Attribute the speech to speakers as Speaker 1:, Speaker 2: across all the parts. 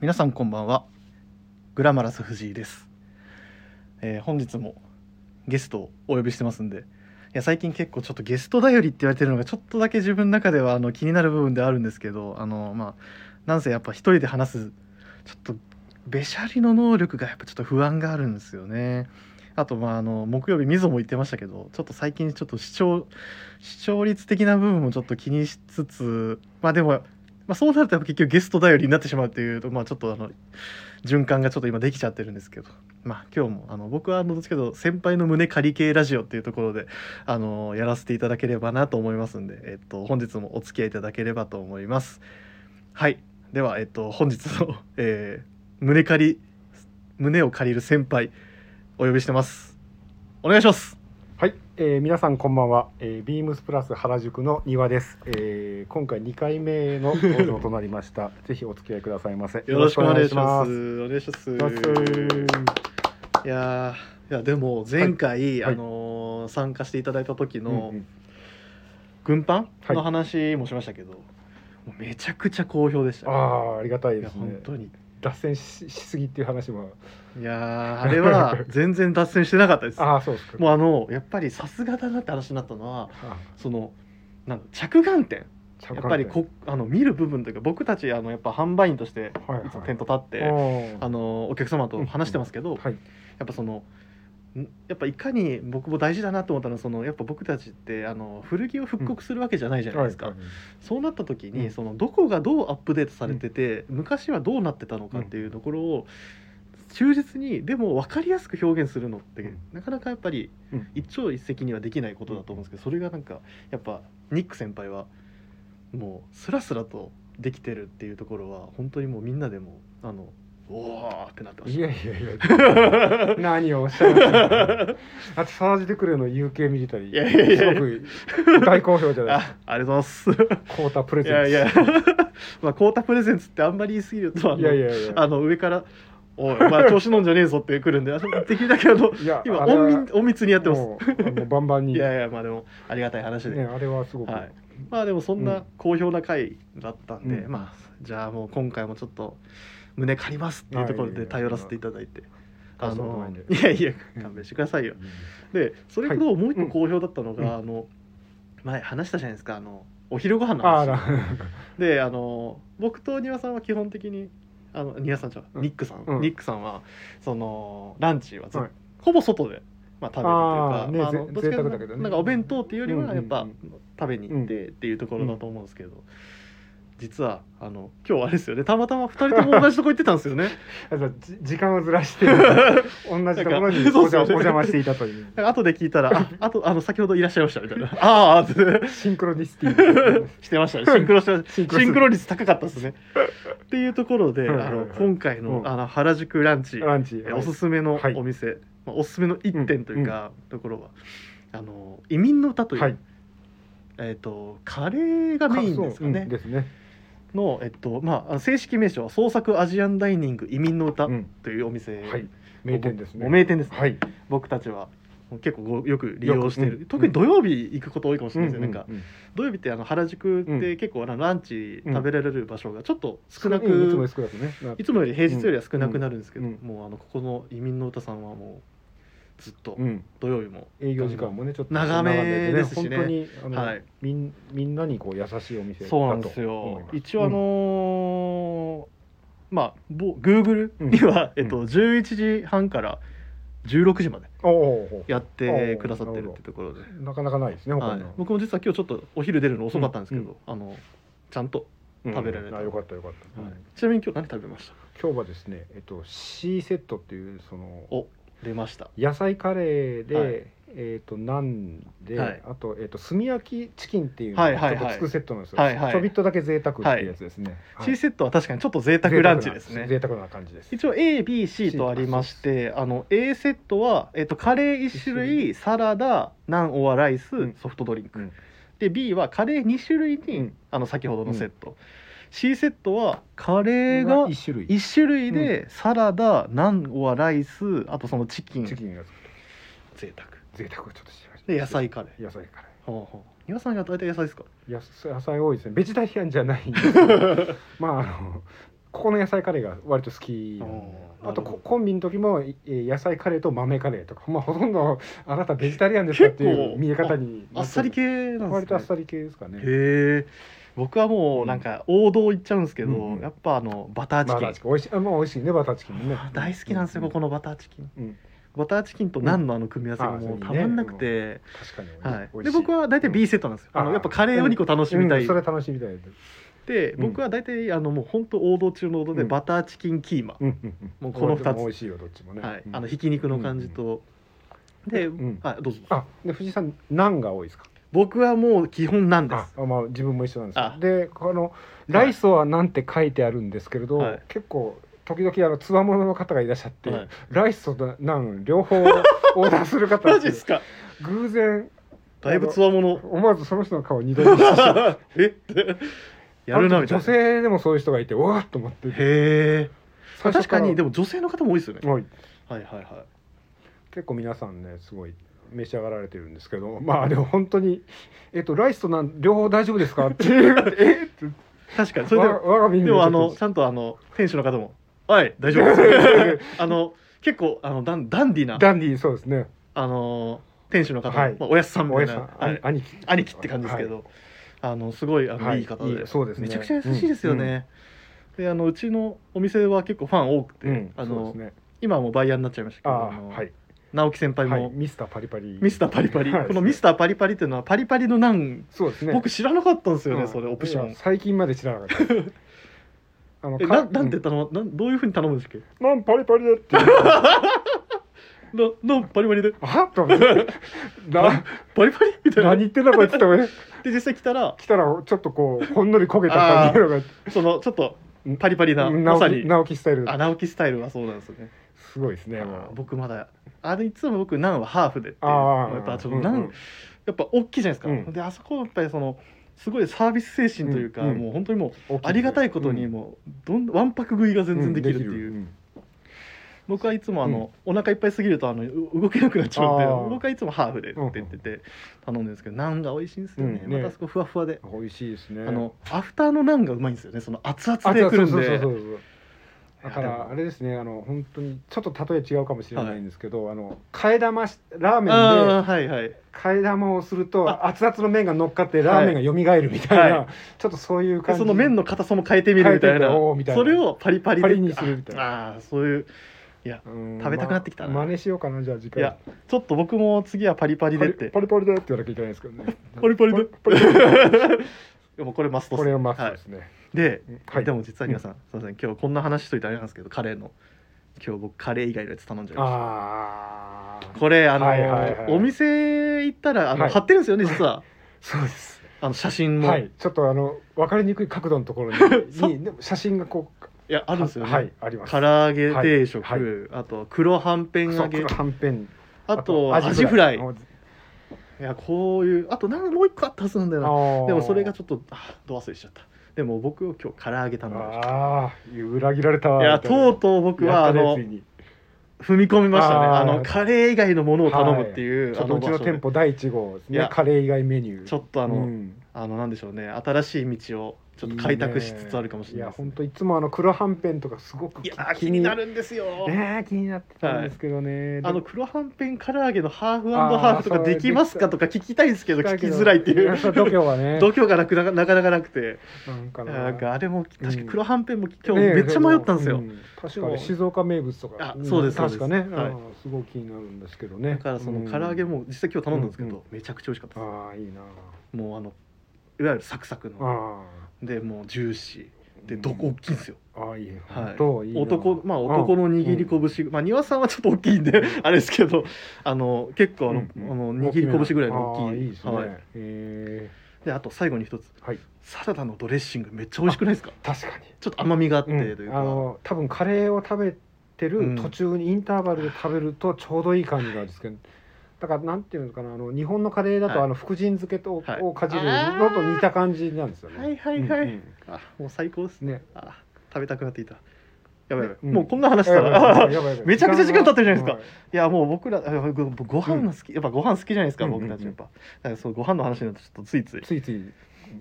Speaker 1: 皆さんこんばんはグラマラス藤井です、えー本日もゲストをお呼びしてますんでいや最近結構ちょっとゲスト頼りって言われてるのがちょっとだけ自分の中ではあの気になる部分ではあるんですけどあのまあなんせやっぱ一人で話すちょっとべしゃりの能力がやっぱちょっと不安があるんですよねあとまああの木曜日みぞも言ってましたけどちょっと最近ちょっと視聴視聴率的な部分もちょっと気にしつつまあでもまあ、そうなるとやっぱ結局ゲスト頼りになってしまうっていうと、まあ、ちょっとあの循環がちょっと今できちゃってるんですけど、まあ、今日もあの僕はあのどっちかというと先輩の胸借り系ラジオっていうところであのやらせていただければなと思いますんで、えっと、本日もお付き合いいただければと思います。はいでは、えっと、本日の、 えー胸借り胸を借りる先輩お呼びしてます。お願いします。
Speaker 2: はい、えー皆さんこんばんは、えービームスプラス原宿の庭です、えー今回2回目の登場となりました ぜひお付き合いくださいませ
Speaker 1: よろしくお願いしま
Speaker 2: よ
Speaker 1: す。お願いします。
Speaker 2: ろしくお願いします
Speaker 1: いやーいやでも前回、
Speaker 2: はい
Speaker 1: あのー参加していただいた時
Speaker 2: うん
Speaker 1: の
Speaker 2: うん
Speaker 1: 軍パ
Speaker 2: は
Speaker 1: ン
Speaker 2: い
Speaker 1: の話もしましたけど、もうめちゃくちゃ好評でした
Speaker 2: あ
Speaker 1: ね。
Speaker 2: あありがたい
Speaker 1: い
Speaker 2: で
Speaker 1: や
Speaker 2: すね
Speaker 1: 本当に
Speaker 2: 脱線ししすぎっていう話も
Speaker 1: いやーあれは全然脱線してなかったです。
Speaker 2: ああそうですか
Speaker 1: もうあのやっぱりさすがだなって話になったのは
Speaker 2: あ
Speaker 1: そのなんか着眼点
Speaker 2: ー
Speaker 1: やっぱりこあの見る部分というか僕たちあのやっぱ販売員として
Speaker 2: はいはい
Speaker 1: いつも店頭立って、
Speaker 2: うん
Speaker 1: あのお客様と話してますけど、
Speaker 2: はい
Speaker 1: やっぱそのんやっぱいかに僕も大事だなと思ったのはそのやっぱ僕たちってあの古着を復刻するわけじゃないじゃないですか、
Speaker 2: はい
Speaker 1: そうなった時に、
Speaker 2: うん
Speaker 1: そのどこがどうアップデートされてて、昔はどうなってたのかっていうところを忠実にでも分かりやすく表現するのって、
Speaker 2: うん
Speaker 1: なかなかやっぱり
Speaker 2: うん
Speaker 1: 一朝一夕にはできないことだと思うんですけどそれがなんかやっぱニック先輩はもうスラスラとできてるっていうところは本当にもうみんなでもあのおーってなってま
Speaker 2: い
Speaker 1: し
Speaker 2: やいやいや
Speaker 1: た。
Speaker 2: 何をおっしゃいますかあとサージ・デクレの UK ミリタリー
Speaker 1: いやいやいや
Speaker 2: すごく大好評じゃないです
Speaker 1: あありがとうございま
Speaker 2: かコータプレ
Speaker 1: す。い
Speaker 2: ゼン
Speaker 1: や
Speaker 2: ツ
Speaker 1: いや、 まあ、コータプレゼンツってあんまり言い過ぎると、あの、
Speaker 2: いやいやいや
Speaker 1: あの上から、おい、お前調子乗んじゃねえぞって来 るんで、あのできるだけあの、
Speaker 2: いや
Speaker 1: 今、
Speaker 2: あれは
Speaker 1: 隠密隠密にやってます。
Speaker 2: もうあのバンバンに
Speaker 1: いやいや、まあでも、ありがたい話で。
Speaker 2: ね、あれはすごく、
Speaker 1: はい、まあでもそん
Speaker 2: う
Speaker 1: なん好評な回だったんで、
Speaker 2: うん
Speaker 1: まあじゃあもう今回もちょっと胸借りますっていうところで頼らせていただいて、
Speaker 2: 大
Speaker 1: あ
Speaker 2: したこと
Speaker 1: の
Speaker 2: ないんで
Speaker 1: いやいや勘弁してくださいよ、でそれともう一個好評だったのが、
Speaker 2: はい
Speaker 1: あの前話したじゃないですかあのお昼ご飯の
Speaker 2: あ
Speaker 1: 話
Speaker 2: あら
Speaker 1: であの僕と庭さんは基本的にあの庭さんじゃない
Speaker 2: うん
Speaker 1: ニックさん、
Speaker 2: うん
Speaker 1: ニックさんはそのランチはず、
Speaker 2: はい
Speaker 1: ほぼ外で、まあ、食べるというか
Speaker 2: あーね
Speaker 1: まああ
Speaker 2: ぜ
Speaker 1: のどっちかというと
Speaker 2: 贅沢だけどね
Speaker 1: なんかお弁当っていうより
Speaker 2: うんうん
Speaker 1: は
Speaker 2: うん
Speaker 1: やっぱ、食べに行ってっていうところだと思うんですけど、実はあの今日あれですよねたまたま2人とも同じとこ行ってたんですよ ね。
Speaker 2: あとじ時間をずらし て同じところに
Speaker 1: なんか
Speaker 2: お邪
Speaker 1: そうそう
Speaker 2: お邪魔していたという
Speaker 1: なんか後で聞いたら「ああとあの先ほどいらっしゃいました」みたい な「あーあ」って。
Speaker 2: シンクロニシティ
Speaker 1: してましたねシンクロしてました
Speaker 2: シンクロする
Speaker 1: シンクロ率高かったですね。っていうところで、
Speaker 2: はいはい
Speaker 1: あ
Speaker 2: はい
Speaker 1: の今回の,、
Speaker 2: うん
Speaker 1: あの原宿ランチ、
Speaker 2: ランチ
Speaker 1: おすすめの
Speaker 2: はい
Speaker 1: お店、まあ、おすすめの1点というか、ところはあの移民の歌という、
Speaker 2: はい
Speaker 1: えっ、とカレーがメインですか
Speaker 2: そ
Speaker 1: ね
Speaker 2: ううん。ですね、
Speaker 1: のえっとまああの正式名称は創作アジアンダイニング移民の歌
Speaker 2: うん
Speaker 1: というお店、
Speaker 2: はい名店ですね
Speaker 1: お名店ですね
Speaker 2: はい
Speaker 1: 僕たちは。結構ごよく利用してい
Speaker 2: よ
Speaker 1: る、
Speaker 2: くうん
Speaker 1: 特に土曜日行くこと多いかもしれないですよ、なんか
Speaker 2: うう
Speaker 1: 土曜日ってあの原宿って結構あのランチ食べられる場所がちょっと少なく、
Speaker 2: うんいつもより少なくね
Speaker 1: いつもより平日よりは少なくなるんですけど、
Speaker 2: うんうん
Speaker 1: もうあのここの移民の歌さんはもうずっと
Speaker 2: うん
Speaker 1: 土曜日も、
Speaker 2: 営業時間もねちょっと
Speaker 1: 長めですしね
Speaker 2: 長めで本当にあの、
Speaker 1: はい
Speaker 2: みんみんなにこう優しいお店だと
Speaker 1: そうなんです
Speaker 2: 思い
Speaker 1: よ
Speaker 2: ます
Speaker 1: 一応あのーまあぼ Google
Speaker 2: うん
Speaker 1: には、
Speaker 2: うん
Speaker 1: えっと、11時半から16時まで
Speaker 2: うんおーおー
Speaker 1: やって
Speaker 2: お
Speaker 1: くださって
Speaker 2: な
Speaker 1: る
Speaker 2: る
Speaker 1: っ
Speaker 2: ほ
Speaker 1: て
Speaker 2: ど
Speaker 1: ところで、
Speaker 2: なかなかないですね他
Speaker 1: はい
Speaker 2: には、、
Speaker 1: 僕も実は今日ちょっとお昼出るの遅かったんですけど、
Speaker 2: うん
Speaker 1: あのちゃんと、
Speaker 2: うん
Speaker 1: 食べられた
Speaker 2: あよかったよかった、
Speaker 1: はいちなみに今日何食べました
Speaker 2: 今日はですね、えっと、C セットっていうその
Speaker 1: お出ました
Speaker 2: 野菜カレーで、
Speaker 1: はい
Speaker 2: えっとナンで、
Speaker 1: はい
Speaker 2: あと,、えっと炭焼きチキンっていうの
Speaker 1: は
Speaker 2: が
Speaker 1: いはいはい
Speaker 2: ちょっとつくセットなんですよ、
Speaker 1: はいはい
Speaker 2: ちょびっとだけ贅沢っていうやつですね、はい
Speaker 1: C セットは確かにちょっと贅沢ランチですね
Speaker 2: 贅沢な贅沢な感じです
Speaker 1: 一応 ABC とありましてあの A セットは、えっと、カレー1種
Speaker 2: 一種
Speaker 1: 類サラダナンオアライス、
Speaker 2: うん
Speaker 1: ソフトドリンク、
Speaker 2: うん
Speaker 1: で B はカレー2種類に、
Speaker 2: うん
Speaker 1: あの先ほどのセット、C セットはカレー
Speaker 2: こ
Speaker 1: が
Speaker 2: れ一種類
Speaker 1: 1種類で、サラダナンオアライスあとそのチキン
Speaker 2: チキンが
Speaker 1: 贅沢
Speaker 2: 贅沢をちょっとしました
Speaker 1: で野菜カレー
Speaker 2: 野菜カレ
Speaker 1: ほうほう皆さんが大体野菜ですか
Speaker 2: ー野野菜多いですねベジタリアンじゃないんですけどまああのここの野菜カレーが割と好きなんであとココンビの時も、えー野菜カレーと豆カレーとか、まあ、ほとんどあなたベジタリアンですかってい
Speaker 1: 結
Speaker 2: う
Speaker 1: 構
Speaker 2: 見え方に
Speaker 1: あっさり系なんで
Speaker 2: 割
Speaker 1: す
Speaker 2: とあっ
Speaker 1: ね
Speaker 2: さり系ですかね。
Speaker 1: へえ僕はもうなんか王道行っちゃうんですけど、
Speaker 2: うんうん
Speaker 1: やっぱあのバターチ
Speaker 2: バ
Speaker 1: キン
Speaker 2: ターチキン美味しい、あまあ美味しいねバターチキンもね
Speaker 1: あ。大好きなんですよ、
Speaker 2: う
Speaker 1: ここのバターチキン、
Speaker 2: うん
Speaker 1: バターチキンとナンのあの組み合わせがもうたまんなくて、
Speaker 2: 確かに美味しい。
Speaker 1: はい、で僕は大体 B セットなんですよ、あの
Speaker 2: あー
Speaker 1: やっぱカレーを2個楽しみたい、
Speaker 2: うんそれ楽しみたいです。
Speaker 1: で
Speaker 2: うん
Speaker 1: 僕は大体あのもう本当王道中の王道で、
Speaker 2: うん
Speaker 1: バターチキンキーマ、
Speaker 2: うんうんうん
Speaker 1: もうこの二つ
Speaker 2: でも美味しいよどっちもね。
Speaker 1: はい
Speaker 2: うん
Speaker 1: あのひき肉の感じと、で、
Speaker 2: うん
Speaker 1: あどうぞ
Speaker 2: あで藤井さんナンが多いですか。
Speaker 1: 僕はもう基本なんで
Speaker 2: あ
Speaker 1: す
Speaker 2: まあ自分も一緒なんです
Speaker 1: あ
Speaker 2: よ。でこのライソはなんて書いてあるんですけれど、
Speaker 1: はい
Speaker 2: 結構。時々あのつわものの方がいらっしゃって、
Speaker 1: はい
Speaker 2: ライスとナン両方オーダーする方
Speaker 1: マジですか
Speaker 2: 偶然
Speaker 1: だいぶつわも の
Speaker 2: 思わずその人の顔二度見してしまう
Speaker 1: えって やるなみたい
Speaker 2: 女
Speaker 1: な
Speaker 2: 性でもそういう人がいてわーっと思って
Speaker 1: へえ
Speaker 2: 最初
Speaker 1: 確からにでも女性の方も多いですよね
Speaker 2: はい
Speaker 1: はいはいは
Speaker 2: 結構皆さんねすごい召し上がられてるんですけどまあでも本当に「えっとライスとなん両方大丈夫ですか?」っていう「えっ?」て
Speaker 1: い確 かにそれで
Speaker 2: 我我が身に
Speaker 1: でもあのち
Speaker 2: ちょ
Speaker 1: ゃ
Speaker 2: っ
Speaker 1: んとあの店主の方も「おい大丈夫?」 あの結構あのダンダンディ
Speaker 2: と
Speaker 1: な
Speaker 2: ダンディーそうですね
Speaker 1: あの店主の方も、
Speaker 2: はい
Speaker 1: まあ、おやすさんみ
Speaker 2: お
Speaker 1: たい
Speaker 2: や
Speaker 1: な
Speaker 2: さん、
Speaker 1: はい
Speaker 2: あ兄貴
Speaker 1: 兄貴って感じですけど、あのすごいあの、、
Speaker 2: はいい
Speaker 1: い方で
Speaker 2: いいそうですね
Speaker 1: めちゃくちゃ優しいですよね、であのうちのお店は結構ファン多くて、
Speaker 2: うん
Speaker 1: あ
Speaker 2: そう
Speaker 1: の
Speaker 2: ですね
Speaker 1: 今はもうバイヤーになっちゃいましたけ
Speaker 2: あ
Speaker 1: ど
Speaker 2: あ
Speaker 1: あの
Speaker 2: はい、
Speaker 1: 直樹先輩
Speaker 2: はい、
Speaker 1: も、
Speaker 2: ミスターパリパリ
Speaker 1: ミスターパリパリ、
Speaker 2: はい
Speaker 1: このミスターパリパリっていうのはパリパリのナン、
Speaker 2: そうですね
Speaker 1: 僕知らなかったんですよね、
Speaker 2: うん
Speaker 1: それオプショ
Speaker 2: いや
Speaker 1: ン
Speaker 2: 最近まで知らなかった あの
Speaker 1: えな
Speaker 2: か
Speaker 1: なんて頼む、なんどういうふうに頼むんですか
Speaker 2: うんなんパリパリだって いう
Speaker 1: ななんパリパリで
Speaker 2: あっと思って な
Speaker 1: パリパリみたいなで
Speaker 2: 何言ってんだこいつって思い
Speaker 1: 実際来たら
Speaker 2: 来たらちょっとこうほんのり焦げた感じ のが
Speaker 1: そのちょっとパリパリな
Speaker 2: うん
Speaker 1: まさに
Speaker 2: 直樹スタイル
Speaker 1: あ直樹スタイルはそうなんですよね
Speaker 2: すごいですね
Speaker 1: あ
Speaker 2: も
Speaker 1: ー
Speaker 2: う
Speaker 1: 僕まだあれいつも僕ナンはハーフでっていう
Speaker 2: あー
Speaker 1: やっぱちょっ
Speaker 2: う
Speaker 1: と
Speaker 2: ん
Speaker 1: ナン、
Speaker 2: うん
Speaker 1: やっぱ大きいじゃないですか、
Speaker 2: うん
Speaker 1: であそこはやっぱりそのすごいサービス精神というか、
Speaker 2: うんうん
Speaker 1: もう本当にもうありがたいことにもうどんわんぱく食いが全然できるっていう、
Speaker 2: ん
Speaker 1: 僕はいつもあの、お腹いっぱいすぎるとあのう動けなくなっちゃうんで
Speaker 2: あー
Speaker 1: 僕はいつもハーフでって言ってて頼んでるんですけどナンが美味しいんですよね,、
Speaker 2: うんね
Speaker 1: またそこふわふわで、
Speaker 2: 美味しいですね
Speaker 1: あのアフターのナンがうまいんですよねその熱々
Speaker 2: あ
Speaker 1: でくるん
Speaker 2: そうそうそうそ
Speaker 1: で
Speaker 2: うそうだか
Speaker 1: いやで
Speaker 2: ら
Speaker 1: も
Speaker 2: あれですねあの本当にちょっと例え違うかもしれないんですけど、あの替え玉しラーメンで
Speaker 1: ああーはいはい
Speaker 2: 替え玉をすると
Speaker 1: あ
Speaker 2: 熱々の麺が乗っかってラーメンがよみがえるみたいな、
Speaker 1: は
Speaker 2: ちょっとそういう
Speaker 1: で
Speaker 2: 感じ
Speaker 1: その麺の硬さも変えてみるみたい
Speaker 2: 変えてみ
Speaker 1: な
Speaker 2: たおーみたいな
Speaker 1: それをパリパリで
Speaker 2: パリにするみたいな
Speaker 1: ああーそういう
Speaker 2: うん
Speaker 1: 食べたくなってきたな
Speaker 2: ま真似しようかなじゃあ次
Speaker 1: い
Speaker 2: 回
Speaker 1: やちょっと僕も次はパリパリ
Speaker 2: パ
Speaker 1: でっ
Speaker 2: リ
Speaker 1: て
Speaker 2: パリパリだって言わなきゃいけないんですけどね
Speaker 1: パリパリで
Speaker 2: パリパリだ
Speaker 1: で もこれマストっす
Speaker 2: これをマスト
Speaker 1: は
Speaker 2: で
Speaker 1: い
Speaker 2: すね、
Speaker 1: で、
Speaker 2: はい
Speaker 1: でも実は皆さん、すみません今日こんな話しといてあれなんですけどカレーの今日僕カレー以外のやつ頼んじゃいまし
Speaker 2: あ
Speaker 1: た
Speaker 2: あ
Speaker 1: これあの、
Speaker 2: はいはいはい
Speaker 1: お店行ったらあの、
Speaker 2: はい
Speaker 1: 貼ってるんですよね実は
Speaker 2: そうです
Speaker 1: あの写真も、、
Speaker 2: はいいちょっとあの分かりにくい角度のところ
Speaker 1: そ
Speaker 2: ににでも写真がこう
Speaker 1: やあるんですよね、
Speaker 2: はいあります
Speaker 1: 唐揚げ定食、
Speaker 2: はいは
Speaker 1: あと黒はんぺん
Speaker 2: そ
Speaker 1: 揚
Speaker 2: うこ
Speaker 1: げ
Speaker 2: のはんぺん
Speaker 1: あとアジフライいやこういうあとなんかもう一個あったはずなんだよなで
Speaker 2: で
Speaker 1: もそれがちょっとあど忘れしちゃったでも僕は今日唐揚げ頼んでました
Speaker 2: ああー裏切られたわ
Speaker 1: いや
Speaker 2: みたな
Speaker 1: とうとう僕は
Speaker 2: や
Speaker 1: あ
Speaker 2: ったね
Speaker 1: の
Speaker 2: ついに
Speaker 1: 踏み込みましたね
Speaker 2: あ
Speaker 1: あ
Speaker 2: ー
Speaker 1: のカレー以外のものを頼むっていう、
Speaker 2: ちょ
Speaker 1: あ
Speaker 2: っと
Speaker 1: の
Speaker 2: うち
Speaker 1: 場
Speaker 2: の
Speaker 1: 所で
Speaker 2: 店舗第一号です
Speaker 1: いや
Speaker 2: ねカレー以外メニュー
Speaker 1: ちょっとあの、
Speaker 2: うん
Speaker 1: あのなんでしょうね新しい道をちょっと開拓しつつあるかもしれないで
Speaker 2: いや
Speaker 1: すね
Speaker 2: 本当いつもあの黒はんぺんとかすごく
Speaker 1: いやー気になるんですよ、
Speaker 2: ねえ気になってたんですけどね
Speaker 1: あの
Speaker 2: でも
Speaker 1: 黒はんぺん唐揚げのハーフハーフとかできますかとか聞きたいんですけど
Speaker 2: だ
Speaker 1: 聞き
Speaker 2: けど
Speaker 1: づらいっていう
Speaker 2: やっぱ度胸は ね
Speaker 1: 度胸がなくななかなかなくて
Speaker 2: なんか
Speaker 1: なんかあれも確か黒はんぺんも今日
Speaker 2: ねえ
Speaker 1: めっちゃ迷ったんですよ、
Speaker 2: う確かに静岡名物とか
Speaker 1: あそうです
Speaker 2: 確かね、
Speaker 1: そうですはい
Speaker 2: あーすごい気になるんですけどね
Speaker 1: だからその唐揚げも実際今日頼んだんですけど、めちゃくちゃ美味しかったで
Speaker 2: ああいいな
Speaker 1: すもうあのいわゆるサクサクの
Speaker 2: あ
Speaker 1: でもうジューシ
Speaker 2: あ
Speaker 1: ーでどこ大きいんですよ
Speaker 2: ああいい
Speaker 1: はい
Speaker 2: どういいな
Speaker 1: 男まあ男の握り
Speaker 2: うん
Speaker 1: 拳、まあ庭さんはちょっと大きいんであれですけどあの結構あの,、
Speaker 2: うん
Speaker 1: あの握り拳ぐらいの
Speaker 2: あ
Speaker 1: 大
Speaker 2: あ
Speaker 1: きい
Speaker 2: いいですね、
Speaker 1: はい、
Speaker 2: へ
Speaker 1: であと最後に一つ
Speaker 2: ーはい
Speaker 1: サラダのドレッシングめっちゃ美味しくないですか
Speaker 2: 確かに
Speaker 1: ちょっと甘みがあってと
Speaker 2: うん
Speaker 1: いう
Speaker 2: あ
Speaker 1: か、
Speaker 2: の多分カレーを食べて
Speaker 1: うん
Speaker 2: る途中にインターバルで食べるとちょうどいい感じなんですけど、だからなんていうのかなあの日本のカレーだと、
Speaker 1: はい
Speaker 2: あの福神漬けと、
Speaker 1: はい
Speaker 2: をかじるのと似た感じなんですよね。
Speaker 1: はいはいはい、
Speaker 2: うんうん
Speaker 1: あもう最高ですね
Speaker 2: ね
Speaker 1: あ食べたくなっていたやばいやばい、
Speaker 2: うん
Speaker 1: もうこんな話したら い
Speaker 2: やばいやばいやばいやばい
Speaker 1: めちゃくちゃ時間経ってるじゃないですか
Speaker 2: は
Speaker 1: やもう僕らあごご飯が好き、やっぱご飯好きじゃないですか、
Speaker 2: うんうんうん
Speaker 1: 僕たちやっぱだからそうご飯の話になるとちょっとついついい
Speaker 2: ついつい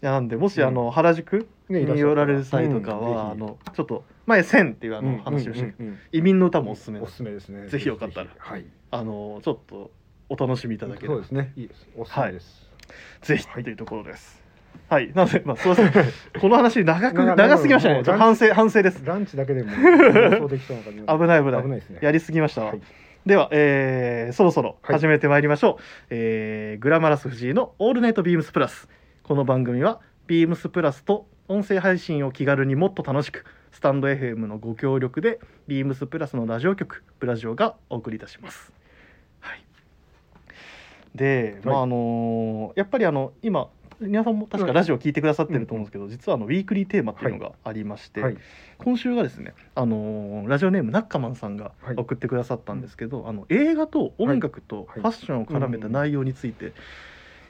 Speaker 1: やなんでもし、
Speaker 2: うん
Speaker 1: あの原宿
Speaker 2: ね
Speaker 1: に寄られる際とかは、あのちょっと前「千」っていうあ
Speaker 2: あ
Speaker 1: の話をして、
Speaker 2: うんうんうん
Speaker 1: 移民の歌もおすすめで
Speaker 2: お
Speaker 1: す
Speaker 2: すすめですね
Speaker 1: ぜひよかったら
Speaker 2: ぜひはい
Speaker 1: あのちょっとお楽しみいただけれ
Speaker 2: そう
Speaker 1: ば
Speaker 2: ですねいいですおすすめです
Speaker 1: ぜひというところですはい、なのでまあすいませんこの話長く
Speaker 2: 長
Speaker 1: 長すぎましたねちょっと反省反省です
Speaker 2: ランチだけ でも妄想できそうな感じ
Speaker 1: 危ない危ない
Speaker 2: 危ないですね
Speaker 1: やりすぎましたわ、
Speaker 2: はい
Speaker 1: では、えーそろそろ
Speaker 2: はい
Speaker 1: 始めてまいりましょう、えーグラマラス藤井の「オールナイトビームスプラス」この番組はビームスプラスと音声配信を気軽にもっと楽しくスタンド FM のご協力でビームスプラスのラジオ局「ブラジオ」がお送りいたします。はい、で、ま
Speaker 2: は
Speaker 1: あ
Speaker 2: い
Speaker 1: あのーやっぱりあの今皆さんも確かラジオ聞いてくださってると思うんですけど、実はあのウィークリーテーマっていうのがありまして、
Speaker 2: はい
Speaker 1: 今週はですね、あのーラジオネームナッカマンさんが
Speaker 2: はい
Speaker 1: 送ってくださったんですけど、あの映画と音楽と
Speaker 2: はい
Speaker 1: ファッションを絡めた内容について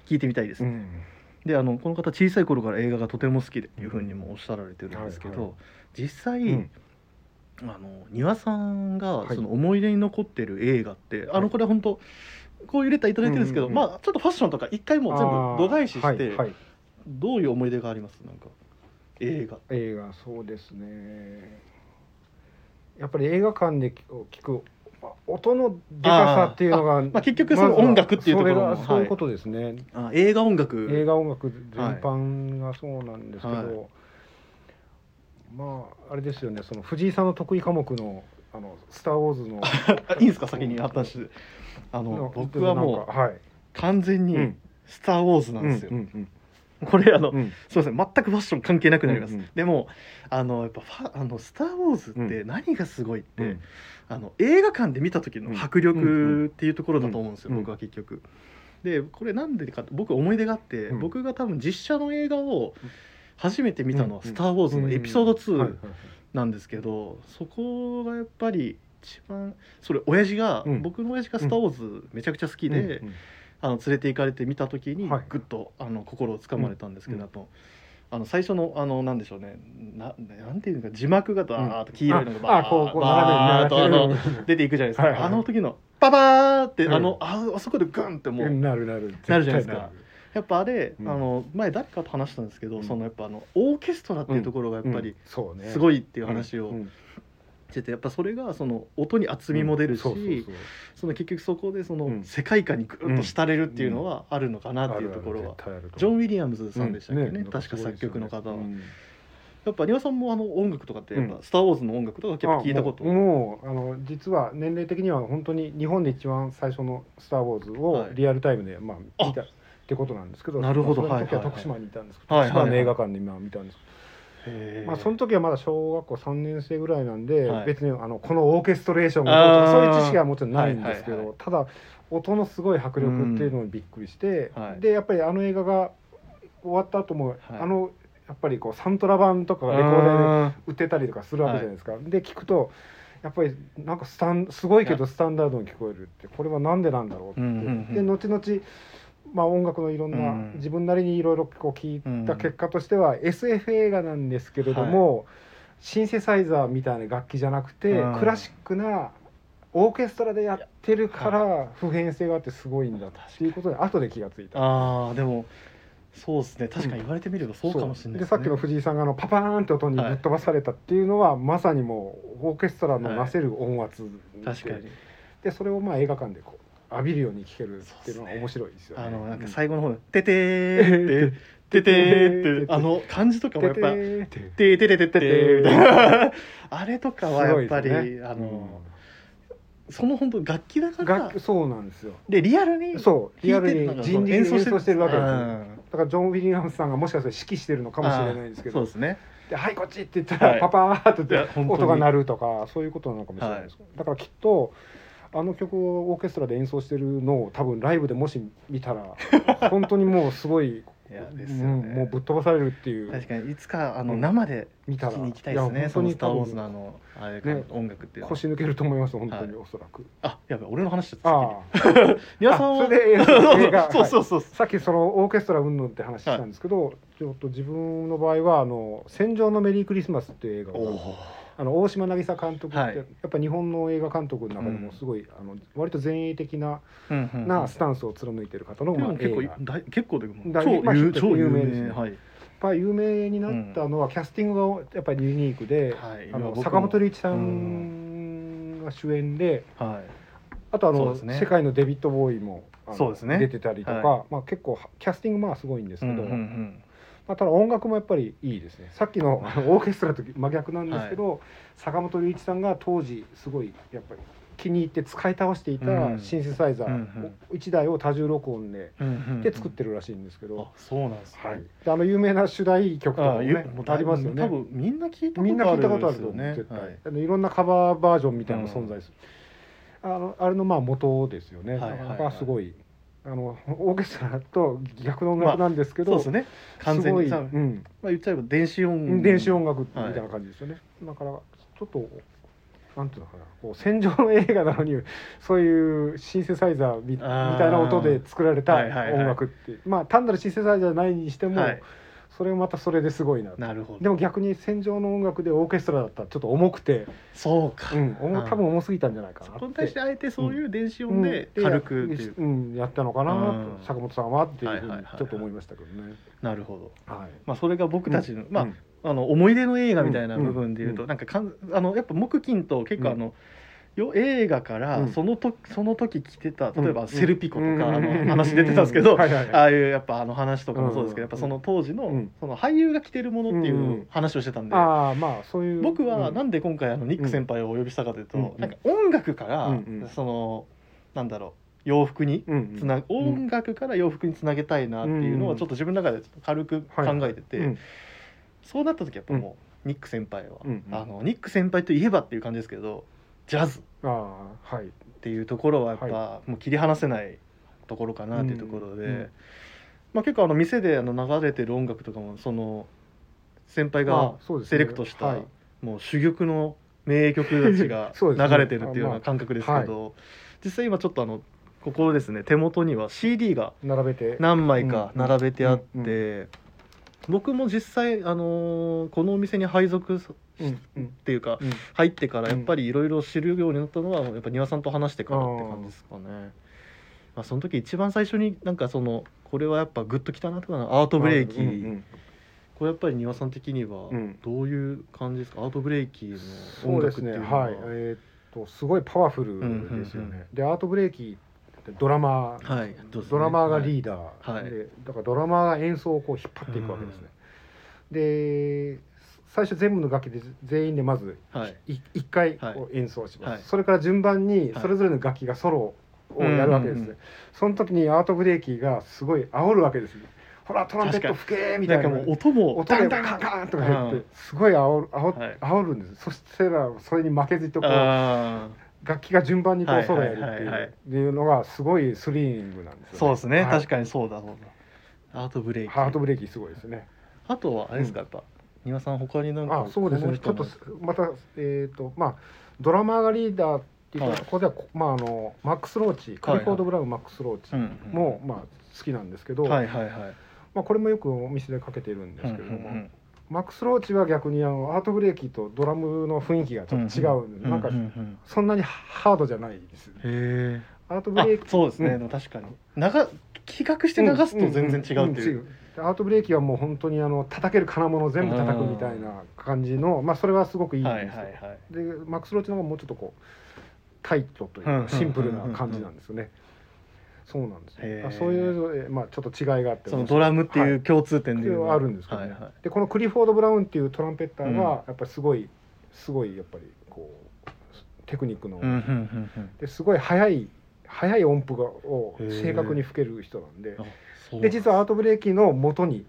Speaker 1: 聞いてみたいです、
Speaker 2: う
Speaker 1: ね
Speaker 2: ん
Speaker 1: であのこの方小さい頃から映画がとても好きでいうふうにもおっしゃられてるんですけど、
Speaker 2: はいはい
Speaker 1: 実際、
Speaker 2: うん
Speaker 1: あの庭さんが
Speaker 2: はい
Speaker 1: その思い出に残ってる映画って、あ
Speaker 2: は
Speaker 1: の
Speaker 2: い
Speaker 1: これ本当こういうレターいただいてるんですけど、
Speaker 2: うんうんうん
Speaker 1: まあちょっとファッションとか一回もう全部度外視
Speaker 2: あ
Speaker 1: し
Speaker 2: ー
Speaker 1: て、
Speaker 2: はいはい
Speaker 1: どういう思い出がありますなんか映画
Speaker 2: 映画そうですねやっぱり映画館で聞くまあ音のでかさっていうのが
Speaker 1: まあ結局その音楽っていうところも
Speaker 2: まずはそれがそう
Speaker 1: はい
Speaker 2: いうことですね、
Speaker 1: あ映画音楽
Speaker 2: 映画音楽全般がそうなんですけど、
Speaker 1: はい
Speaker 2: まああれですよねその藤井さんの得意科目の「あのスター・ウォーズの」
Speaker 1: あいいんですか先に話あ
Speaker 2: の
Speaker 1: の僕は
Speaker 2: なん
Speaker 1: も
Speaker 2: かはい、
Speaker 1: う完全
Speaker 2: う
Speaker 1: に
Speaker 2: ん
Speaker 1: 「スター・ウォーズ」なんですよ、
Speaker 2: うんうん
Speaker 1: これあの、
Speaker 2: うんうん
Speaker 1: すいません全くファッション関係なくなります、
Speaker 2: うんうん
Speaker 1: でもあのやっぱファあの「スター・ウォーズ」って
Speaker 2: う
Speaker 1: 何がすごいって、
Speaker 2: うん
Speaker 1: あの映画館で見た時の迫
Speaker 2: うん
Speaker 1: 力っていうところだと思うんですよ、
Speaker 2: うん
Speaker 1: 僕は結局。でこれなんでかって僕思い出があって、
Speaker 2: うん
Speaker 1: 僕が多分実写の映画を初めて見たのは「
Speaker 2: うん
Speaker 1: スター・ウォーズ」のエピソード2、
Speaker 2: はいはいはい
Speaker 1: なんですけどそこがやっぱり一番それ親父が、
Speaker 2: うん
Speaker 1: 僕の親父が「スター・ウォーズ」めちゃくちゃ好きで、
Speaker 2: うんうん
Speaker 1: あの連れて行かれて見た時に
Speaker 2: はい
Speaker 1: ぐっとあの心をつかまれたんですけど、
Speaker 2: うん
Speaker 1: あとあの最初のあのなんでしょうねななんていうか字幕がだーっと黄色いのが
Speaker 2: あ
Speaker 1: バ
Speaker 2: あ
Speaker 1: ー
Speaker 2: こうこう
Speaker 1: バー
Speaker 2: 斜
Speaker 1: っとあ
Speaker 2: め
Speaker 1: の
Speaker 2: に並べて
Speaker 1: 出ていくじゃないですか、
Speaker 2: はいはい
Speaker 1: あの時の「ババー」って、
Speaker 2: うん
Speaker 1: あのああそこでガンってもう、
Speaker 2: なるなる
Speaker 1: なるじゃないですか
Speaker 2: 絶対る
Speaker 1: やっぱあれ、
Speaker 2: うん
Speaker 1: あの前誰かと話したんですけど、
Speaker 2: うん
Speaker 1: そのやっぱあのオーケストラっていうところがやっぱ
Speaker 2: う
Speaker 1: り
Speaker 2: んそうね
Speaker 1: すご
Speaker 2: い
Speaker 1: いっていう話をしててやっぱそれがその音に厚みも出るし、その結局そこでその
Speaker 2: うん
Speaker 1: 世界観にぐっと浸れるっていうのはあるのかなっていうところは、ジョン・ウ
Speaker 2: ン
Speaker 1: ィリアムズさんでしたっけね,、確か作曲の方は、やっぱ庭さんもあの音楽とかってやっ
Speaker 2: う
Speaker 1: ぱ「スター・ウォーズ」の音楽とか結構聞いたこと
Speaker 2: あもうもうあの実は年齢的には本当に日本で一番最初の「スター・ウォーズ」を
Speaker 1: はい
Speaker 2: リアルタイムで、まあ
Speaker 1: あ
Speaker 2: 見たってことなんですけど
Speaker 1: なるほど
Speaker 2: まあ
Speaker 1: はいは
Speaker 2: その時は
Speaker 1: いはい
Speaker 2: 徳島にいたんですけど、
Speaker 1: はいはいはい
Speaker 2: 徳島の映画館で今見たんですけど、
Speaker 1: へー
Speaker 2: まあ、その時はまだ小学校3年生ぐらいなんで、
Speaker 1: はい
Speaker 2: 別にあのこのオーケストレーションがどうとか
Speaker 1: あー
Speaker 2: そういう知識はもちろんないんですけど、
Speaker 1: はいはいは
Speaker 2: ただ音のすごい迫力っていうのにびっくりして、
Speaker 1: うんはい
Speaker 2: でやっぱりあの映画が終わった後も、
Speaker 1: はい
Speaker 2: あのやっぱりこうサントラ版とかがレコーダーで売ってたりとかするわけじゃないですか、で聞くとやっぱりなんかスタンすごいけどスタンダードに聞こえるってこれはなんでなんだろうって、
Speaker 1: うんうんうん
Speaker 2: で後々まあ音楽のいろんな、
Speaker 1: うん
Speaker 2: 自分なりにいろいろこう聞いた結果としては、SF 映画なんですけれども、シンセサイザーみたいな楽器じゃなくて、
Speaker 1: うん
Speaker 2: クラシックなオーケストラでやってるから普遍性があってすごいんだっていうことに後で気がついた。
Speaker 1: あーでもそうですね確かに言われてみればそうかもしれない
Speaker 2: で
Speaker 1: です、
Speaker 2: さ
Speaker 1: ね
Speaker 2: っきの藤井さんがあのパパーンって音にぶっ飛ばされたっていうのは、まさにもうオーケストラのなせる音圧で、
Speaker 1: 確かに
Speaker 2: でそれをまあ映画館でこう浴びるように聴けるっていうのは面白いですよね。
Speaker 1: あのなんか
Speaker 2: 後
Speaker 1: 最後の方の「ててー」って「てて ー」ってあの感じとかもやっぱ「てーててててて」みたいな あれとかはやっぱり、あの、その本当楽器だか
Speaker 2: うん
Speaker 1: ら
Speaker 2: 楽そうなんですよ。
Speaker 1: でリアルに
Speaker 2: そうリア
Speaker 1: 弾い
Speaker 2: ル
Speaker 1: てる
Speaker 2: に人力で演奏してるわけですよ、
Speaker 1: うん
Speaker 2: だからジョン・ウィリアムズさんがもしかしたら指揮してるのかもしれないですけ
Speaker 1: あーそう
Speaker 2: ど
Speaker 1: ですね
Speaker 2: 「ではいこっち!」って言ったら、
Speaker 1: はい
Speaker 2: パパーって
Speaker 1: い
Speaker 2: 言っ
Speaker 1: や
Speaker 2: て
Speaker 1: 本当に
Speaker 2: 音が鳴るとかそういうことなのかもしれないです、だからきっとあの曲をオーケストラで演奏してるのを多分ライブでもし見 たら本当にもうすごい
Speaker 1: いやですよね
Speaker 2: うんもうぶっ飛ばされるっていう
Speaker 1: 確かにいつかあの
Speaker 2: うん
Speaker 1: 生で
Speaker 2: 見た
Speaker 1: 聴
Speaker 2: ら
Speaker 1: きに行きたいです
Speaker 2: い
Speaker 1: ね、
Speaker 2: や
Speaker 1: その「
Speaker 2: 本当に
Speaker 1: スター・ウォーズ」のあのあれか
Speaker 2: ね
Speaker 1: 音楽っていうのは
Speaker 2: 腰抜けると思います本当におそらく、
Speaker 1: あやべ俺の話だった
Speaker 2: あ あ
Speaker 1: 皆さんは
Speaker 2: あ それで映像映画
Speaker 1: そうそうそうそう
Speaker 2: さっきそのオーケストラ云々って話したんですけど、ちょっと自分の場合はあの「戦場のメリークリスマス」っていう映画
Speaker 1: お
Speaker 2: を
Speaker 1: お
Speaker 2: あの大島渚監督って、
Speaker 1: はい
Speaker 2: やっぱ日本の映画監督の中でもすごい、あの割と前衛的な,、
Speaker 1: うんうんうん
Speaker 2: なスタンスを貫いてる方の、
Speaker 1: で
Speaker 2: まあ、
Speaker 1: も結構
Speaker 2: 映画
Speaker 1: 大結構でも
Speaker 2: 大
Speaker 1: 超
Speaker 2: まあヒ
Speaker 1: 有
Speaker 2: ット
Speaker 1: 超有
Speaker 2: 有名です
Speaker 1: 名
Speaker 2: ね
Speaker 1: はい
Speaker 2: やっぱ有名になったのは、キャスティングがやっぱりユニークで、
Speaker 1: はい
Speaker 2: あ
Speaker 1: いや
Speaker 2: の
Speaker 1: 僕も
Speaker 2: 坂本龍一さんが主演で、
Speaker 1: は
Speaker 2: あとあ
Speaker 1: そう
Speaker 2: の、
Speaker 1: ですね
Speaker 2: 世界のデビッド・ボーイもあの
Speaker 1: そうですね
Speaker 2: 出てたりとか、
Speaker 1: は
Speaker 2: まあ、結構はキャスティングまあすごいんです
Speaker 1: い
Speaker 2: けど、
Speaker 1: うんうんうん
Speaker 2: まあ、ただ音楽もやっぱりいいですねさっ きのあのオーケストラと真逆なんですけど、坂本龍一さんが当時すごいやっぱり気に入って使い倒してい
Speaker 1: うん
Speaker 2: たシンセサイザ
Speaker 1: うんう
Speaker 2: ー
Speaker 1: ん
Speaker 2: 1台を多重録音で
Speaker 1: うんうんうん
Speaker 2: で作ってるらしいんですけど、
Speaker 1: あそうなんですね
Speaker 2: はい、であの有名な主題曲とか
Speaker 1: あ
Speaker 2: も,、
Speaker 1: ゆ
Speaker 2: ね、
Speaker 1: もう
Speaker 2: ありますよね
Speaker 1: 多分みんな聞いたことある
Speaker 2: みんな聞いたことあると思う、
Speaker 1: です
Speaker 2: 絶
Speaker 1: よ
Speaker 2: 対、
Speaker 1: はい
Speaker 2: あのいろんなカバーバージョンみたいなのが存在する、あのあれのまあ元ですよね、
Speaker 1: はいはいはい
Speaker 2: なかなかすごいあのオーケストラと逆の音楽なんですけど、
Speaker 1: そうですね完全
Speaker 2: すごい、
Speaker 1: に
Speaker 2: う
Speaker 1: 多分
Speaker 2: ん、
Speaker 1: まあ言っちゃえば電子音
Speaker 2: 電子音楽みたいな感じですよね、だからちょっとなんていうのかなこう戦場の映画なのに そういうシンセサイザーみみ
Speaker 1: あー
Speaker 2: たいな音で作られた
Speaker 1: はいはいはい
Speaker 2: 音楽って、まあ単なるシンセサイザーじゃないにしても、
Speaker 1: はい
Speaker 2: それもまたそれですごいなと
Speaker 1: なるほ
Speaker 2: で
Speaker 1: ど
Speaker 2: も逆に戦場の音楽でオーケストラだったらちょっと重くて、
Speaker 1: そうか
Speaker 2: うん、重
Speaker 1: うん
Speaker 2: 多分重すぎたんじゃないか
Speaker 1: そ
Speaker 2: なって。
Speaker 1: こに対してあえてそういう電子
Speaker 2: う
Speaker 1: 音
Speaker 2: ん
Speaker 1: で軽くっていう、
Speaker 2: うん、やったのかなと、
Speaker 1: うん
Speaker 2: 坂本さんはっていうふう
Speaker 1: はいはいはい
Speaker 2: に
Speaker 1: はい
Speaker 2: ちょっと思いましたけどね。
Speaker 1: なるほど
Speaker 2: はい。
Speaker 1: まあそれが僕たちの、まあ
Speaker 2: うん
Speaker 1: あの思い出の映画みたいな部分でいうと、
Speaker 2: うん
Speaker 1: なんかかんあのやっぱ木金と結構あの、よ映画から
Speaker 2: うん
Speaker 1: そのと、その時着てた例え
Speaker 2: う
Speaker 1: ば
Speaker 2: ん
Speaker 1: セルピコとか、あ
Speaker 2: う
Speaker 1: の
Speaker 2: ん
Speaker 1: 話出てたんですけど、
Speaker 2: はいはい
Speaker 1: ああ
Speaker 2: はい
Speaker 1: いうやっぱあの話とかもそうですけど、や
Speaker 2: うん
Speaker 1: っぱその当時の,、
Speaker 2: うん
Speaker 1: その俳優が着てるものってい
Speaker 2: んう
Speaker 1: うん話をしてたんで、
Speaker 2: ああまあそういう
Speaker 1: 僕はなんんで今回あのニック先輩をお呼びしたかというと、
Speaker 2: うんうん
Speaker 1: なんか音楽から、
Speaker 2: うんうん
Speaker 1: そのなんだろう洋服に
Speaker 2: うん
Speaker 1: つな、音楽から洋服につなげたいなっていうのはちょっと自分の中でちょっと軽く考えてて、
Speaker 2: うん
Speaker 1: そうなった時やっぱもうニック先輩は、
Speaker 2: うん
Speaker 1: あのニック先輩といえばっていう感じですけどジャズっ
Speaker 2: ああはい
Speaker 1: ていうところはやっぱ、もう切り離せないところかなっていうところで、
Speaker 2: うんうん
Speaker 1: まあ、結構あの店であの流れてる音楽とかもその先輩
Speaker 2: あ
Speaker 1: が
Speaker 2: そうですね
Speaker 1: セレクトした、
Speaker 2: はい
Speaker 1: もう珠玉の名曲たちが
Speaker 2: そうですね
Speaker 1: 流れてるっていうような感覚ですけど、
Speaker 2: あま
Speaker 1: 実際今ちょっとあのここですね手元には CD が
Speaker 2: 並べて
Speaker 1: 何枚か
Speaker 2: うん
Speaker 1: 並べてあって、
Speaker 2: うん
Speaker 1: 僕も実際、あのーこのお店に配属す
Speaker 2: うんうん
Speaker 1: っていうか
Speaker 2: うん
Speaker 1: 入ってからやっぱりいろいろ知るようになったのはやっぱ庭さんと話してからって感じですかね。まあ、その時一番最初になんかそのこれはやっぱグッときたなとかアートブレーキ、
Speaker 2: うんうん
Speaker 1: これやっぱり庭さん的には
Speaker 2: うん
Speaker 1: どういう感じですか、アートブレーキの
Speaker 2: そう
Speaker 1: 音
Speaker 2: で
Speaker 1: 楽
Speaker 2: す
Speaker 1: ってい
Speaker 2: ね
Speaker 1: うの
Speaker 2: はいえーっとすごいパワフルですよね、
Speaker 1: うんうんう
Speaker 2: でアートブレーキってドラマー、
Speaker 1: はいどうですね
Speaker 2: ドラマーがリーダー、
Speaker 1: はいはい
Speaker 2: でだからドラマーが演奏をこう引っ張っていくわけですね、で最初全部の楽器で全員でまず
Speaker 1: はい
Speaker 2: い一回
Speaker 1: はい
Speaker 2: こう演奏します、
Speaker 1: はい
Speaker 2: それから順番に
Speaker 1: はい
Speaker 2: それぞれの楽器がソロをやるわけですね、
Speaker 1: うんうんうん
Speaker 2: その時にアートブレーキがすごい煽るわけですねほらトランペット
Speaker 1: 確
Speaker 2: 吹けみた
Speaker 1: ないん
Speaker 2: な
Speaker 1: かもう音も
Speaker 2: 音で
Speaker 1: ダンダ
Speaker 2: カ
Speaker 1: ン
Speaker 2: ン
Speaker 1: ダン
Speaker 2: カンとか言っ
Speaker 1: うん
Speaker 2: てすごい煽る煽,、
Speaker 1: はい
Speaker 2: 煽るんですそしたらそれに負けずとこう
Speaker 1: あ
Speaker 2: 楽器が順番にこ
Speaker 1: は
Speaker 2: う
Speaker 1: い
Speaker 2: ソロやるって
Speaker 1: はい
Speaker 2: いう,、
Speaker 1: はいはい
Speaker 2: っていうのがすごいスリリングなんですよ、
Speaker 1: ーそうですね、
Speaker 2: はい
Speaker 1: 確かにそうだそうだアートブレーキ
Speaker 2: ハートブレーキすごいですね
Speaker 1: あとはあれですか、
Speaker 2: う
Speaker 1: やっぱ庭さん他になんか
Speaker 2: あそうです
Speaker 1: この
Speaker 2: ねち
Speaker 1: 人
Speaker 2: ょっ
Speaker 1: の
Speaker 2: とまたえっ、とまあドラマーがリーダーっていうのは
Speaker 1: はい
Speaker 2: ここではこまああのマックス・ローチクリフォード・ブラウン、マックス・ローチ
Speaker 1: うんうん
Speaker 2: も、まあ、好きなんですけど、
Speaker 1: はいはいはい
Speaker 2: まあ、これもよくお店でかけてるんですけれども、
Speaker 1: うんうんうん
Speaker 2: マックス・ローチは逆にあのアートブレーキとドラムの雰囲気がちょっと違う、なんか
Speaker 1: ううん
Speaker 2: そんなにハードじゃないですね
Speaker 1: うんへえ
Speaker 2: アートブ
Speaker 1: あ
Speaker 2: レーキ
Speaker 1: そうですね、
Speaker 2: うん
Speaker 1: でも確かに長企画して流すと全然違うっていう,、
Speaker 2: んん違アートブレーキはもう本当にあの叩ける金物を全部叩くみたいな感じのまあそれはすごくいいん
Speaker 1: はいはい
Speaker 2: ですよ、
Speaker 1: はい
Speaker 2: でマックス・ローチの方がもうちょっとこうタイトという
Speaker 1: うんうん
Speaker 2: かシンプルな感じなんですよね。そうなんです
Speaker 1: へー
Speaker 2: よあそういう、えまあ、ちょっと違いがあって
Speaker 1: そのドラムっていう共通点でい
Speaker 2: 面白い
Speaker 1: うの
Speaker 2: っていうの
Speaker 1: は
Speaker 2: はあるんですけど、ね
Speaker 1: はいはい
Speaker 2: でこのクリフォード・ブラウンっていうトランペッター
Speaker 1: うん
Speaker 2: がやっぱりすごいすごいやっぱりこうテクニック
Speaker 1: う
Speaker 2: の、
Speaker 1: んうんうんうん
Speaker 2: ですごい速い速い音符がを
Speaker 1: へー
Speaker 2: 正確に吹ける人なんで
Speaker 1: あそう
Speaker 2: で実はアートブレーキの元に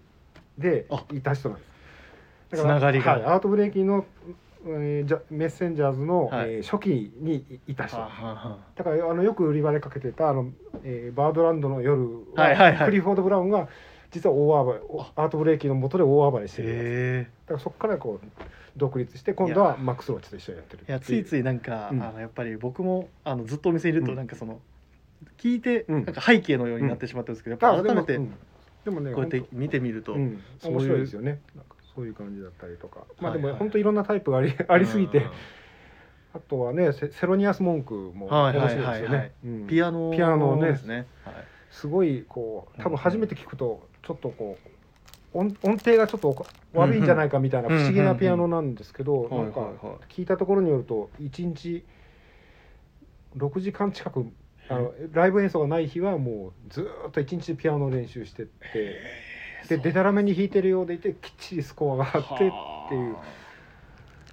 Speaker 2: で
Speaker 1: あ
Speaker 2: いた人なんです。
Speaker 1: つながりが
Speaker 2: はい、アートブレーキの、えーじゃメッセンジャーズの、
Speaker 1: はい
Speaker 2: えー初期にいいた人
Speaker 1: はあはあはあ
Speaker 2: だからあのよく売り場でかけてたあの、えーバードランドの夜は,、
Speaker 1: はいはいはい
Speaker 2: クリフォード・ブラウンが実は大暴れおアートブレーキの元で大暴れしてるやつ
Speaker 1: へえ
Speaker 2: だからそこからこう独立して今度はマックス・ローチと一緒にやってる
Speaker 1: いやついつ
Speaker 2: い
Speaker 1: いなんか、
Speaker 2: うん
Speaker 1: あのやっぱり僕もあのずっとお店にいると
Speaker 2: うん
Speaker 1: なんかその聞いて
Speaker 2: う
Speaker 1: なん
Speaker 2: ん
Speaker 1: か背景のようになってしまってるんですけど、
Speaker 2: だか
Speaker 1: やっ
Speaker 2: ら
Speaker 1: ぱ改めてこ
Speaker 2: でも,、うん、でもね
Speaker 1: うやって見てみると、
Speaker 2: うん、
Speaker 1: そういう
Speaker 2: 面白いですよね。そういう感じだったりとかまあ
Speaker 1: はい
Speaker 2: で
Speaker 1: はい
Speaker 2: も本当いろんなタイプがあり ありすぎてあとはねセセロニアス・モンクも
Speaker 1: は
Speaker 2: 面
Speaker 1: いはい
Speaker 2: 白い
Speaker 1: は
Speaker 2: で
Speaker 1: いはい
Speaker 2: すよねう
Speaker 1: うん
Speaker 2: ん
Speaker 1: ピアノ
Speaker 2: ピアノね
Speaker 1: ですねはい
Speaker 2: すごいこう多
Speaker 1: うん
Speaker 2: 分初めて聞くとちょっとこう音音程がちょっとお悪いんじゃないかみたいな
Speaker 1: うんう
Speaker 2: 不
Speaker 1: ん
Speaker 2: 思議なピアノなんですけど
Speaker 1: は
Speaker 2: ないんか
Speaker 1: はいはい
Speaker 2: 聞いたところによると1日6時間近くあのライブ演奏がない日はもうずーっと1日ピアノを練習してってででたらめに弾いてるようでいてきっちりスコアがあってっていう